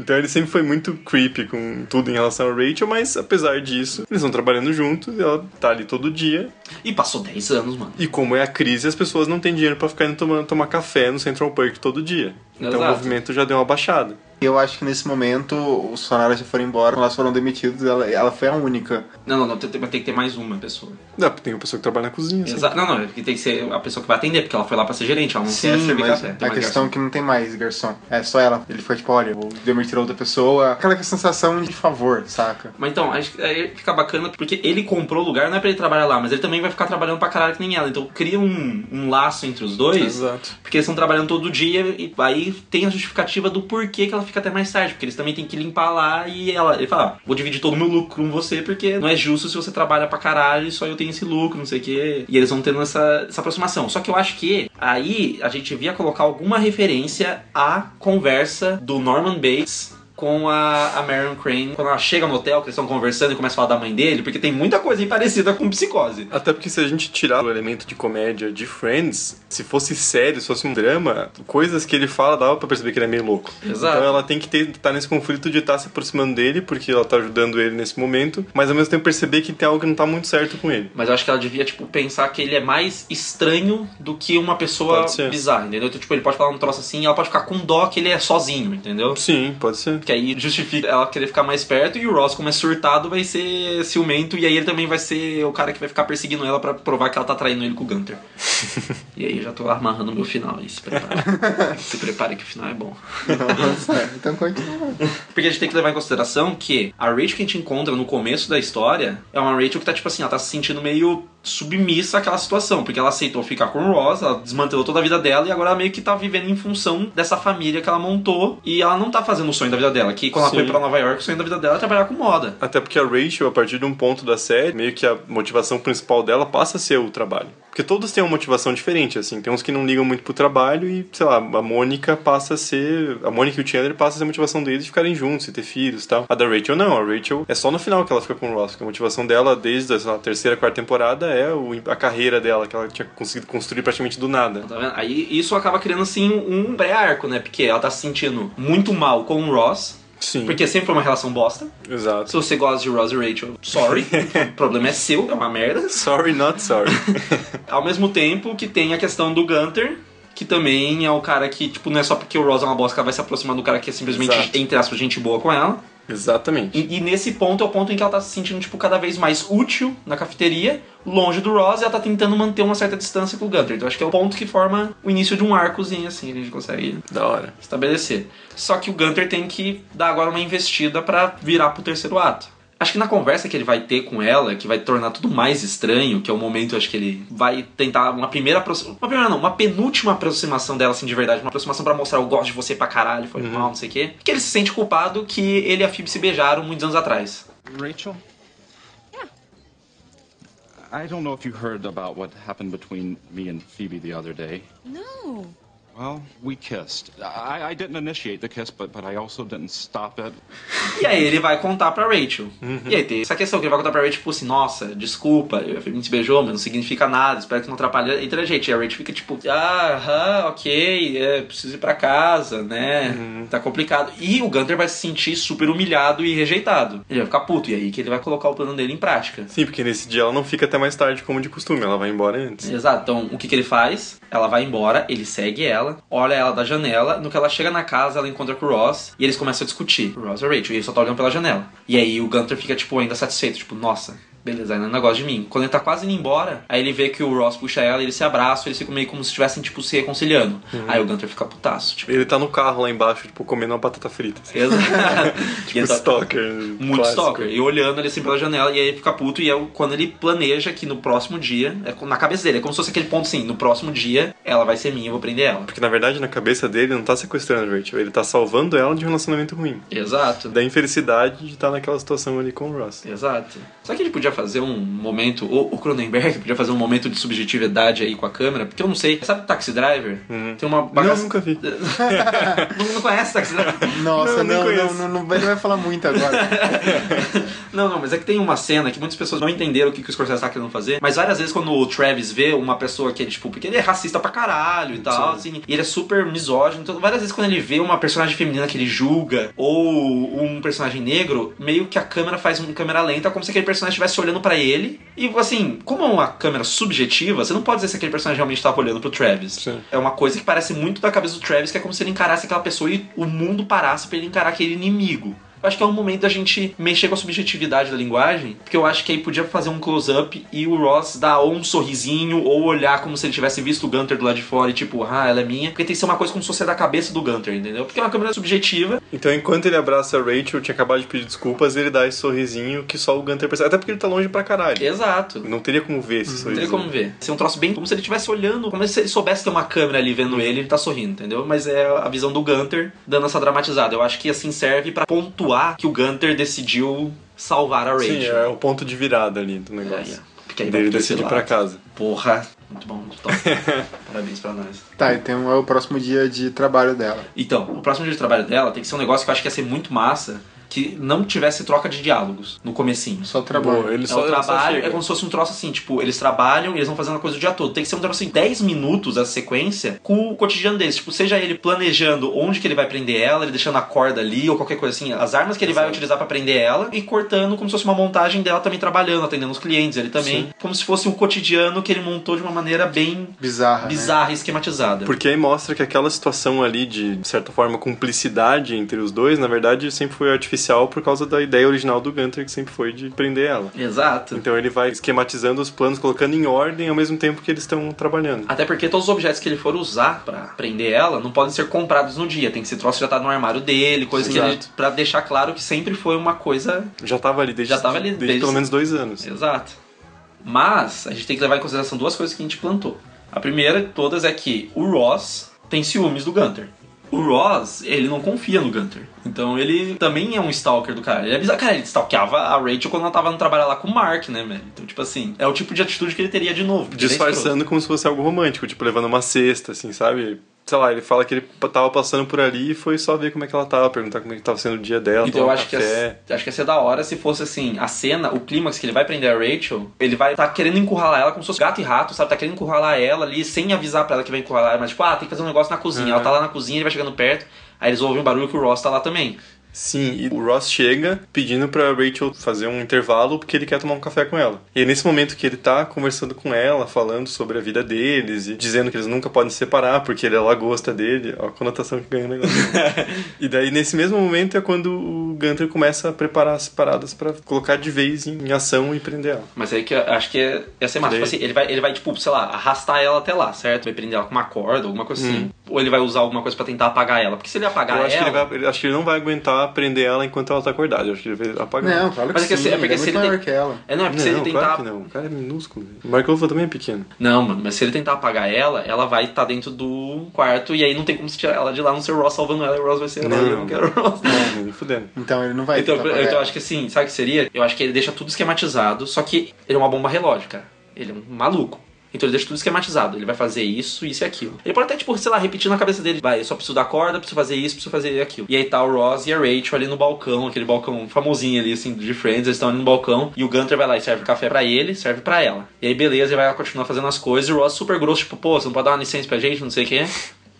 Então ele sempre foi muito creepy com tudo em relação a Rachel, mas apesar disso, eles estão trabalhando juntos, ela tá ali todo dia,
E passou 10 anos, mano.
e como é a crise, as pessoas não têm dinheiro pra ficar indo tomando, tomar café no Central Park todo dia. Então
Exato.
o movimento já deu uma baixada.
Eu acho que nesse momento os funcionários já foram embora, elas foram demitidos, ela, ela foi a única.
Não, não, não, tem, tem- tem que ter mais uma pessoa.
Não, tem uma pessoa que trabalha na cozinha. assim.
Exato. Não, não, é porque tem que ser a pessoa que vai atender, porque ela foi lá pra ser gerente, ela não quer servir
mas
café. Tem
a
mais
questão é que não tem mais garçom. É só ela. Ele foi tipo, olha, vou demitir outra pessoa. Aquela é sensação de favor, saca?
Mas então, acho que aí fica bacana porque ele comprou o lugar, não é pra ele trabalhar lá, mas ele também vai ficar trabalhando pra caralho que nem ela. Então cria um, um laço entre os
É
dois.
Exato.
Porque eles estão trabalhando todo dia e aí tem a justificativa do porquê que ela fica até mais tarde. Porque eles também têm que limpar lá e ela. Ele fala, ah, vou dividir todo o meu lucro com você, porque não é justo se você trabalha pra caralho e só eu tenho esse lucro, não sei o quê. E eles vão tendo essa, essa aproximação. Só que eu acho que aí a gente devia colocar alguma referência à conversa do Norman Bates com a, a Marion Crane quando ela chega no hotel, que eles estão conversando e começa a falar da mãe dele, porque tem muita coisa aí parecida com psicose.
Até porque se a gente tirar o elemento de comédia de Friends, se fosse sério, se fosse um drama, coisas que ele fala dava pra perceber que ele é meio louco.
Exato.
Então ela tem que estar nesse conflito de estar se aproximando dele, porque ela tá ajudando ele nesse momento, mas ao mesmo tempo perceber que tem algo que não tá muito certo com ele.
Mas eu acho que ela devia, tipo, pensar que ele é mais estranho do que uma pessoa
Pode ser.
bizarra, entendeu? Então, tipo, ele pode falar um troço assim e ela pode ficar com dó que ele é sozinho, entendeu?
Sim, pode ser.
Que aí justifica ela querer ficar mais perto e o Ross, como é surtado, vai ser ciumento e aí ele também vai ser o cara que vai ficar perseguindo ela pra provar que ela tá traindo ele com o Gunter. E aí eu já tô amarrando meu final aí, se prepara. se prepare que o final é bom.
Nossa, então continua.
Porque a gente tem que levar em consideração que a Rachel que a gente encontra no começo da história é uma Rachel que tá, tipo assim, ela tá se sentindo meio submissa àquela situação, porque ela aceitou ficar com o Ross, ela desmantelou toda a vida dela e agora ela meio que tá vivendo em função dessa família que ela montou e ela não tá fazendo o sonho da vida dela, que quando ela
Sim.
foi pra Nova York, o sonho da vida dela é trabalhar com moda.
Até porque a Rachel, a partir de um ponto da série, meio que a motivação principal dela passa a ser o trabalho. Porque todos têm uma motivação diferente, assim. Tem uns que não ligam muito pro trabalho e, sei lá, a Mônica passa a ser. A Mônica e o Chandler passa a ser a motivação deles de ficarem juntos e ter filhos e tal. A da Rachel não, a Rachel é só no final que ela fica com o Ross. Porque a motivação dela desde a sei lá, terceira, quarta temporada é o- a carreira dela, que ela tinha conseguido construir praticamente do nada.
Tá vendo? Aí isso acaba criando assim um pré-arco, né? Porque ela tá se sentindo muito mal com o Ross,
Sim,
porque sempre foi uma relação bosta. Se
exato.
você gosta de Ross e Rachel, sorry, o problema é seu, é uma merda.
Sorry, not sorry.
Ao mesmo tempo que tem a questão do Gunter, que também é o cara que, tipo, não é só porque o Ross é uma bosta que ela vai se aproximar do cara que é simplesmente,
Exato.
entre aspas, gente boa com ela.
Exatamente.
E, e nesse ponto é o ponto em que ela tá se sentindo, tipo, cada vez mais útil na cafeteria, longe do Ross, e ela tá tentando manter uma certa distância com o Gunter. Então acho que é o ponto que forma o início de um arcozinho, assim, que a gente consegue
Da hora.
estabelecer. Só que o Gunter tem que dar agora uma investida pra virar pro terceiro ato. Acho que na conversa que ele vai ter com ela, que vai tornar tudo mais estranho, que é o momento, acho que ele vai tentar uma primeira aproximação. Uma primeira não, uma penúltima aproximação dela, assim, de verdade. Uma aproximação pra mostrar eu gosto de você pra caralho, foi
Uhum.
mal, não sei o quê. Que ele se sente culpado que ele e a Phoebe se beijaram muitos anos atrás.
Rachel? Yeah. I don't know if you heard about what happened between me and Phoebe the other day.
No.
Well, we kissed. I, I didn't initiate the kiss, but, but I also didn't stop it.
E aí ele vai contar pra Rachel. E aí tem essa questão que ele vai contar pra Rachel, tipo assim, nossa, desculpa, a gente se beijou, mas não significa nada, espero que não atrapalhe entre a gente. E a Rachel fica tipo, ah, aham, ok, é, preciso ir pra casa, né? Tá complicado. E o Gunter vai se sentir super humilhado e rejeitado. Ele vai ficar puto, e aí que ele vai colocar o plano dele em prática.
Sim, porque nesse dia ela não fica até mais tarde, como de costume, ela vai embora antes.
Exato, então o que, que ele faz? Ela vai embora, ele segue ela, olha ela da janela. No que ela chega na casa, ela encontra com o Ross e eles começam a discutir. O Ross e a Rachel, e ele só tá olhando pela janela. E aí o Gunter fica, tipo, ainda satisfeito, tipo, nossa. Beleza, ainda não gosta de mim. Quando ele tá quase indo embora, aí ele vê que o Ross puxa ela, eles se abraçam, eles ficam meio como se estivessem, tipo, se reconciliando. Aí o Gunter fica putaço, tipo.
Ele tá no carro lá embaixo, tipo, comendo uma batata frita. assim.
Exato. E
Tipo,
ele tá-
stalker.
muito
clássico.
stalker. E olhando ele assim pela janela, e aí ele fica puto. E é o- quando ele planeja que no próximo dia, é co- na cabeça dele, é como se fosse aquele ponto assim: no próximo dia ela vai ser minha, eu vou prender ela.
Porque na verdade, na cabeça dele, ele não tá sequestrando a Rachel, ele tá salvando ela de um relacionamento ruim.
Exato.
Da infelicidade de estar naquela situação ali com o Ross.
Exato. Só que a gente podia fazer um momento, ou o Cronenberg podia fazer um momento de subjetividade aí com a câmera, porque eu não sei. Sabe Taxi Driver? Tem uma
Uhum. Não,
bagaça.
nunca vi.
não, não conhece Taxi Driver?
Nossa,
Não, nem
não, não,
conheço.
não, não, vai- não vai falar muito agora.
Não, não, mas é que tem uma cena que muitas pessoas não entenderam o que, que o Scorsese tá querendo fazer, mas várias vezes quando o Travis vê uma pessoa que é, tipo, porque ele é racista pra caralho e tal, assim, e ele é super misógino, então várias vezes quando ele vê uma personagem feminina que ele julga, ou um personagem negro, meio que a câmera faz uma câmera lenta, como se aquele personagem estivesse olhando pra ele, e assim, como é uma câmera subjetiva, você não pode dizer se aquele personagem realmente tava olhando pro Travis.
Sim.
É uma coisa que parece muito da cabeça do Travis, que é como se ele encarasse aquela pessoa e o mundo parasse pra ele encarar aquele inimigo. Eu acho que é um momento da gente mexer com a subjetividade da linguagem, porque eu acho que aí podia fazer um close-up e o Ross dar ou um sorrisinho, ou olhar como se ele tivesse visto o Gunter do lado de fora e tipo, ah, ela é minha. Porque tem que ser uma coisa como se fosse da cabeça do Gunter, entendeu? Porque é uma câmera subjetiva.
Então, enquanto ele abraça a Rachel, tinha acabado de pedir desculpas, ele dá esse sorrisinho que só o Gunter percebe. Até porque ele tá longe pra caralho.
Exato.
Não teria como ver esse
Não tem
sorrisinho.
como ver. Ser um troço bem como se ele estivesse olhando, como se ele soubesse ter uma câmera ali vendo ele, ele tá sorrindo, entendeu? Mas é a visão do Gunter dando essa dramatizada. Eu acho que assim serve pra pontuar que o Gunter decidiu salvar a Rachel.
Sim, é o ponto de virada ali do
É,
negócio.
é. Porque aí vai
Dele
pro terceiro
decidir pra
lado.
casa.
Porra, muito bom, muito top. Parabéns pra nós.
Tá, então é o próximo dia de trabalho dela.
Então, o próximo dia de trabalho dela tem que ser um negócio que eu acho que ia ser muito massa, que não tivesse troca de diálogos no comecinho.
Só trabalho.
Boa, ele
É
só
o
ele só
trabalho,
chega.
é como se fosse um troço assim, tipo, eles trabalham e eles vão fazendo a coisa o dia todo. Tem que ser um troço assim, 10 minutos a sequência com o cotidiano deles. Tipo, seja ele planejando onde que ele vai prender ela, ele deixando a corda ali ou qualquer coisa assim, as armas que ele vai utilizar pra prender ela e cortando como se fosse uma montagem dela também trabalhando, atendendo os clientes, ele também. Como se fosse um cotidiano que ele montou de uma maneira bem
Bizarra. né?
bizarra, e esquematizada.
Porque aí mostra que aquela situação ali de, de certa forma, cumplicidade entre os dois, na verdade, sempre foi artificial por causa da ideia original do Gunter, que sempre foi de prender ela.
Exato.
Então ele vai esquematizando os planos, colocando em ordem ao mesmo tempo que eles estão trabalhando.
Até porque todos os objetos que ele for usar pra prender ela não podem ser comprados no dia. Tem que ser troço já tá no armário dele, coisa que ele.
Exato.
Pra deixar claro que sempre foi uma coisa
Já tava ali desde,
Já tava ali
desde
desde-
pelo menos dois anos.
Exato. Mas a gente tem que levar em consideração duas coisas que a gente plantou. A primeira de todas é que o Ross tem ciúmes do Gunter. O Ross, ele não confia no Gunter. Então ele também é um stalker do cara. Ele é bizarro. Cara, ele stalkeava a Rachel quando ela tava no trabalho lá com o Mark, né, velho? Então, tipo assim, é o tipo de atitude que ele teria de novo. porque ele é escroto.
Disfarçando como se fosse algo romântico, tipo levando uma cesta, assim, sabe? Sei lá, ele fala que ele p- tava passando por ali e foi só ver como é que ela tava, perguntar como é que tava sendo o dia dela,
Então eu
tomar um
acho que,
café.
ia- acho que ia ser da hora se fosse assim, a cena, o clímax que ele vai prender a Rachel, ele vai tá querendo encurralar ela como se fosse gato e rato, sabe? Tá querendo encurralar ela ali sem avisar pra ela que vai encurralar ela, mas tipo, ah, tem que fazer um negócio na cozinha.
Uhum.
Ela tá lá na cozinha, ele vai chegando perto, aí eles ouvem um barulho que o Ross tá lá também.
Sim, e o Ross chega pedindo pra Rachel fazer um intervalo porque ele quer tomar um café com ela. E é nesse momento que ele tá conversando com ela, falando sobre a vida deles e dizendo que eles nunca podem se separar porque ele- ela gosta dele. Ó, a conotação que ganha o negócio. e daí, nesse mesmo momento, é quando o Gunter começa a preparar as paradas pra colocar de vez em, em ação e prender ela.
Mas aí que eu acho que é- ia ser massa.
Daí-
Tipo assim, ele vai, ele vai, tipo, sei lá, arrastar ela até lá, certo? Vai prender ela com uma corda, alguma coisa assim. Ou ele vai usar alguma coisa pra tentar apagar ela. Porque se ele apagar
Uhum.
ela.
Eu acho que, ele vai- ele- acho que ele não vai aguentar prender ela enquanto ela tá acordada. Eu acho que ele vai apagar.
Não, claro que
Mas é que
sim.
se- é porque
ele é
se
muito
ele tem-
maior que ela.
É, não, é porque se ele
não,
tentar.
claro que não. O cara é minúsculo. velho. O Mark Ruffalo também é pequeno.
Não, mano, mas se ele tentar apagar ela, ela vai estar dentro do quarto e aí não tem como se tirar ela de lá, não ser o Ross salvando ela e o Ross vai ser
Não.
não, eu não quero o Ross.
Não, nem fudendo.
Então ele não vai
Então,
tentar
eu,
pagar
então
ela.
acho que assim, sabe o que seria? Eu acho que ele deixa tudo esquematizado, só que ele é uma bomba relógio, cara. Ele é um maluco. Então ele deixa tudo esquematizado. Ele vai fazer isso, isso e aquilo. Ele pode até, tipo, sei lá, repetir na cabeça dele. Vai, eu só preciso da corda, preciso fazer isso, preciso fazer aquilo. E aí tá o Ross e a Rachel ali no balcão, aquele balcão famosinho ali, assim, de Friends. Eles estão ali no balcão. E o Gunter vai lá e serve café pra ele, serve pra ela. E aí, beleza, ele vai continuar fazendo as coisas. E o Ross super grosso, tipo, pô, você não pode dar uma licença pra gente, não sei o quê.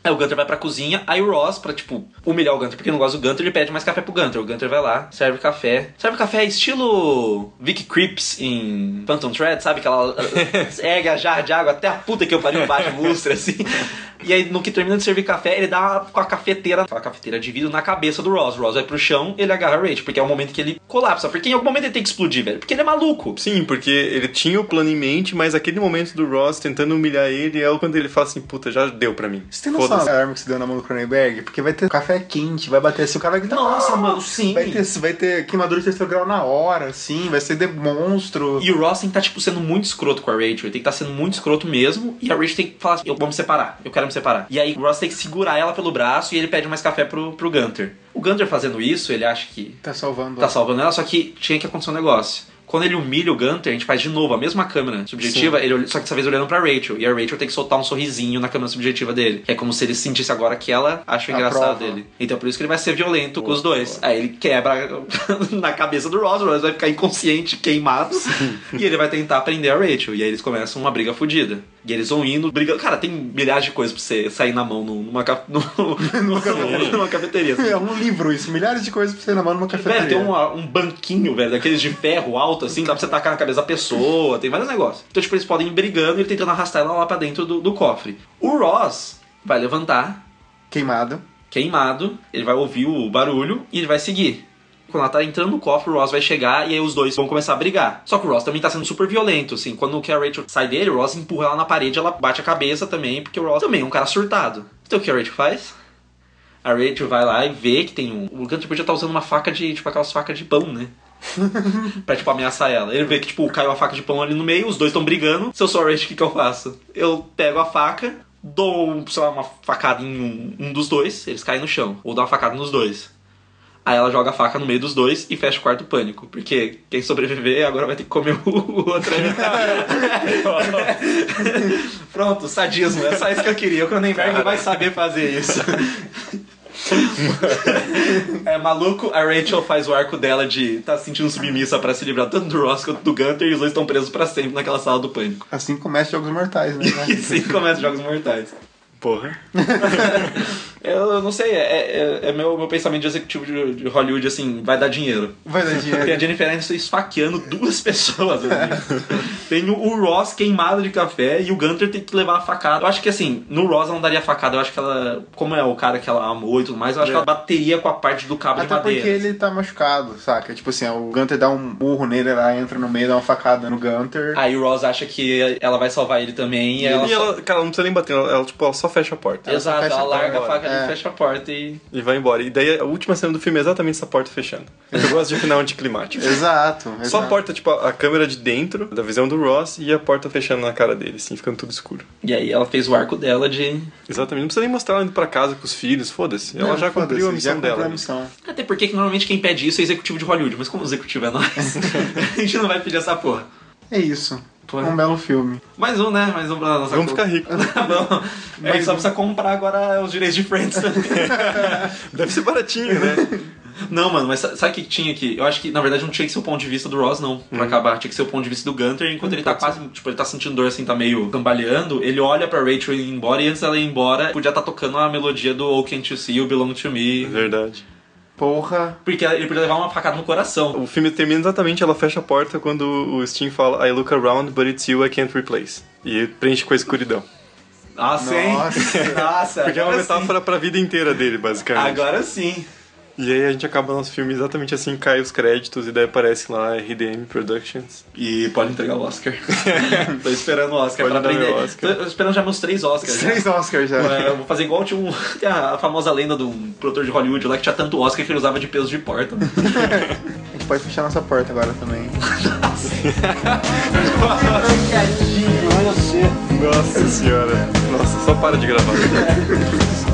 Aí o Gunter vai pra cozinha, aí o Ross, pra, tipo, humilhar o Gunter porque não gosta do Gunter, ele pede mais café pro Gunter. O Gunter vai lá, serve café. Serve café estilo Vic Creeps em Phantom Thread, sabe? Que ela eh, ergue a jarra de água até a puta que eu pariu embaixo, lustra, assim. E aí, no que termina de servir café, ele dá uma- com a cafeteira, aquela cafeteira de vidro, na cabeça do Ross. O Ross vai pro chão, ele agarra a Rachel, porque é o momento que ele colapsa. Porque em algum momento ele tem que explodir, velho. Porque ele é maluco.
Sim, porque ele tinha o plano em mente, mas aquele momento do Ross tentando humilhar ele é o quando ele fala assim, puta, já deu pra mim.
Você tem noção
Foda-se.
da arma que você deu na mão do Cronenberg? Porque vai ter café quente, vai bater assim, o cara vai gritar.
Nossa,
"Ah!"
mano, sim.
Vai ter, vai ter queimadura de terceiro grau na hora, assim, vai ser de monstro.
E o Ross tem que estar, tipo, sendo muito escroto com a Rachel. Ele tem que estar sendo muito escroto mesmo. E a Rachel tem que falar assim, eu vou me separar, eu quero me separar. E aí o Ross tem que segurar ela pelo braço e ele pede mais café pro, pro Gunter. O Gunter fazendo isso, ele acha que
Tá salvando.
tá salvando ela, só que tinha que acontecer um negócio. Quando ele humilha o Gunter, a gente faz de novo a mesma câmera subjetiva, ele, olha- só que dessa vez olhando pra Rachel. E a Rachel tem que soltar um sorrisinho na câmera subjetiva dele. É como se ele sentisse agora que ela acha engraçado
Aprova.
dele. Então por isso que ele vai ser violento com os dois. Aí ele quebra na cabeça do Ross, o Ross vai ficar inconsciente, queimado. e ele vai tentar prender a Rachel. E aí eles começam uma briga fodida. E eles vão indo, brigando. Cara, tem milhares de coisas pra você sair na mão num- numa, ca- num- numa cafeteria. assim.
É um livro isso, milhares de coisas pra você na mão numa cafeteria.
Velho, tem uma- um banquinho, velho, daqueles de ferro alto, assim, dá pra você tacar na cabeça da pessoa, tem vários negócios. Então, tipo, eles podem ir brigando e ele tentando arrastar ela lá pra dentro do, do cofre. O Ross vai levantar,
Queimado.
queimado, ele vai ouvir o barulho e ele vai seguir. Quando ela tá entrando no cofre, o Ross vai chegar e aí os dois vão começar a brigar. Só que o Ross também tá sendo super violento, assim. Quando que a Rachel sai dele, o Ross empurra ela na parede, ela bate a cabeça também, porque o Ross também é um cara surtado. Então o que a Rachel faz? A Rachel vai lá e vê que tem um. O Gunter podia estar usando uma faca de. Tipo aquelas facas de pão, né? pra, tipo, ameaçar ela. Ele vê que, tipo, caiu a faca de pão ali no meio, os dois estão brigando. Se eu sou a Rachel, o que, que eu faço? Eu pego a faca, dou, sei lá, uma facada em um, um dos dois, eles caem no chão. Ou dou uma facada nos dois. Aí ela joga a faca no meio dos dois e fecha o quarto pânico. Porque quem sobreviver agora vai ter que comer o o outro. Pronto, sadismo. É só isso que eu queria. O Cronenberg vai saber fazer isso. É maluco, a Rachel faz o arco dela de tá se sentindo submissa pra se livrar tanto do Ross quanto do Gunter e os dois estão presos pra sempre naquela sala do pânico.
Uhum.
Assim começa Jogos Mortais, né?
E assim começa os Jogos Mortais.
Porra.
Eu, eu não sei, é, é, é meu, meu pensamento de executivo de, de Hollywood, assim, vai dar dinheiro.
Vai dar
É.
Tem a
dinheiro.
Jennifer Aniston tá esfaqueando duas pessoas. meu amigo. Tem o, o Ross queimado de café e o Gunter tem que levar a facada. Eu acho que assim, no Ross ela não daria facada. Eu acho que ela, como é o cara que ela amou e tudo mais, eu acho que ela bateria com a parte do cabo de
Até
madeira.
porque ele tá machucado, saca? Tipo assim, o Gunter dá um burro nele, ela entra no meio, dá uma facada no Gunter.
Aí o Ross acha que ela vai salvar ele também e, ela.
E ela, cara, ela não precisa nem bater, ela, ela, tipo, ela só fecha a porta.
Exato,
fecha
ela
a porta
larga a
agora.
faca ali,
É.
fecha a porta e.
E vai embora. E daí a última cena do filme é exatamente essa porta fechando. Eu gosto de final anticlimático.
Exato.
Só
exato.
a porta, tipo, a a câmera de dentro, da visão do Ross, e a porta fechando na cara dele, assim, ficando tudo escuro.
E aí ela fez o arco dela de.
Exatamente. Não precisa nem mostrar ela indo pra casa com os filhos, foda-se. Ela
Não,
já
foda-se,
cumpriu a missão
já cumpriu
dela.
a missão.
Até porque que normalmente quem pede isso é executivo de Hollywood, mas como o executivo é nós, a gente não vai pedir essa porra.
É isso.
Pô.
Um belo filme.
Mais um, né? Mais um pra nossa
Vamos
conta.
ficar rico.
Tá bom. A gente só precisa comprar agora os direitos de Friends também.
Deve ser baratinho, né?
não, mano, mas sa- sabe o que que tinha aqui? Eu acho que, na verdade, não tinha que ser o ponto de vista do Ross, não, pra acabar. Tinha que ser o ponto de vista do Gunter, enquanto ele tá quase, tipo, ele tá sentindo dor, assim, tá meio cambaleando. Ele olha pra Rachel ir embora, e antes dela ir embora, podia estar tocando a melodia do Oh Can't You See, You Belong To Me.
Verdade.
Porra.
Porque ele podia levar uma facada no coração.
O filme termina exatamente, ela fecha a porta quando o Steam fala I look around, but it's you I can't replace. E preenche com a escuridão.
Ah, sim.
Nossa.
Nossa.
Porque é uma
agora sim.
metáfora pra vida inteira dele, basicamente.
Assim. Agora sim.
E aí a gente acaba nosso filme exatamente assim, cai os créditos e daí aparece lá RDM Productions.
E pode entregar o Oscar. Tô esperando o Oscar pra
Pode dar meu
aprender.
Oscar.
Tô esperando já meus três Oscars. já.
Três Oscars já.
É, eu vou fazer igual tinha um, tem a a famosa lenda de um produtor de Hollywood lá que tinha tanto Oscar que ele usava de peso de porta.
A gente pode fechar nossa porta agora também.
Nossa senhora. Nossa, só para de gravar.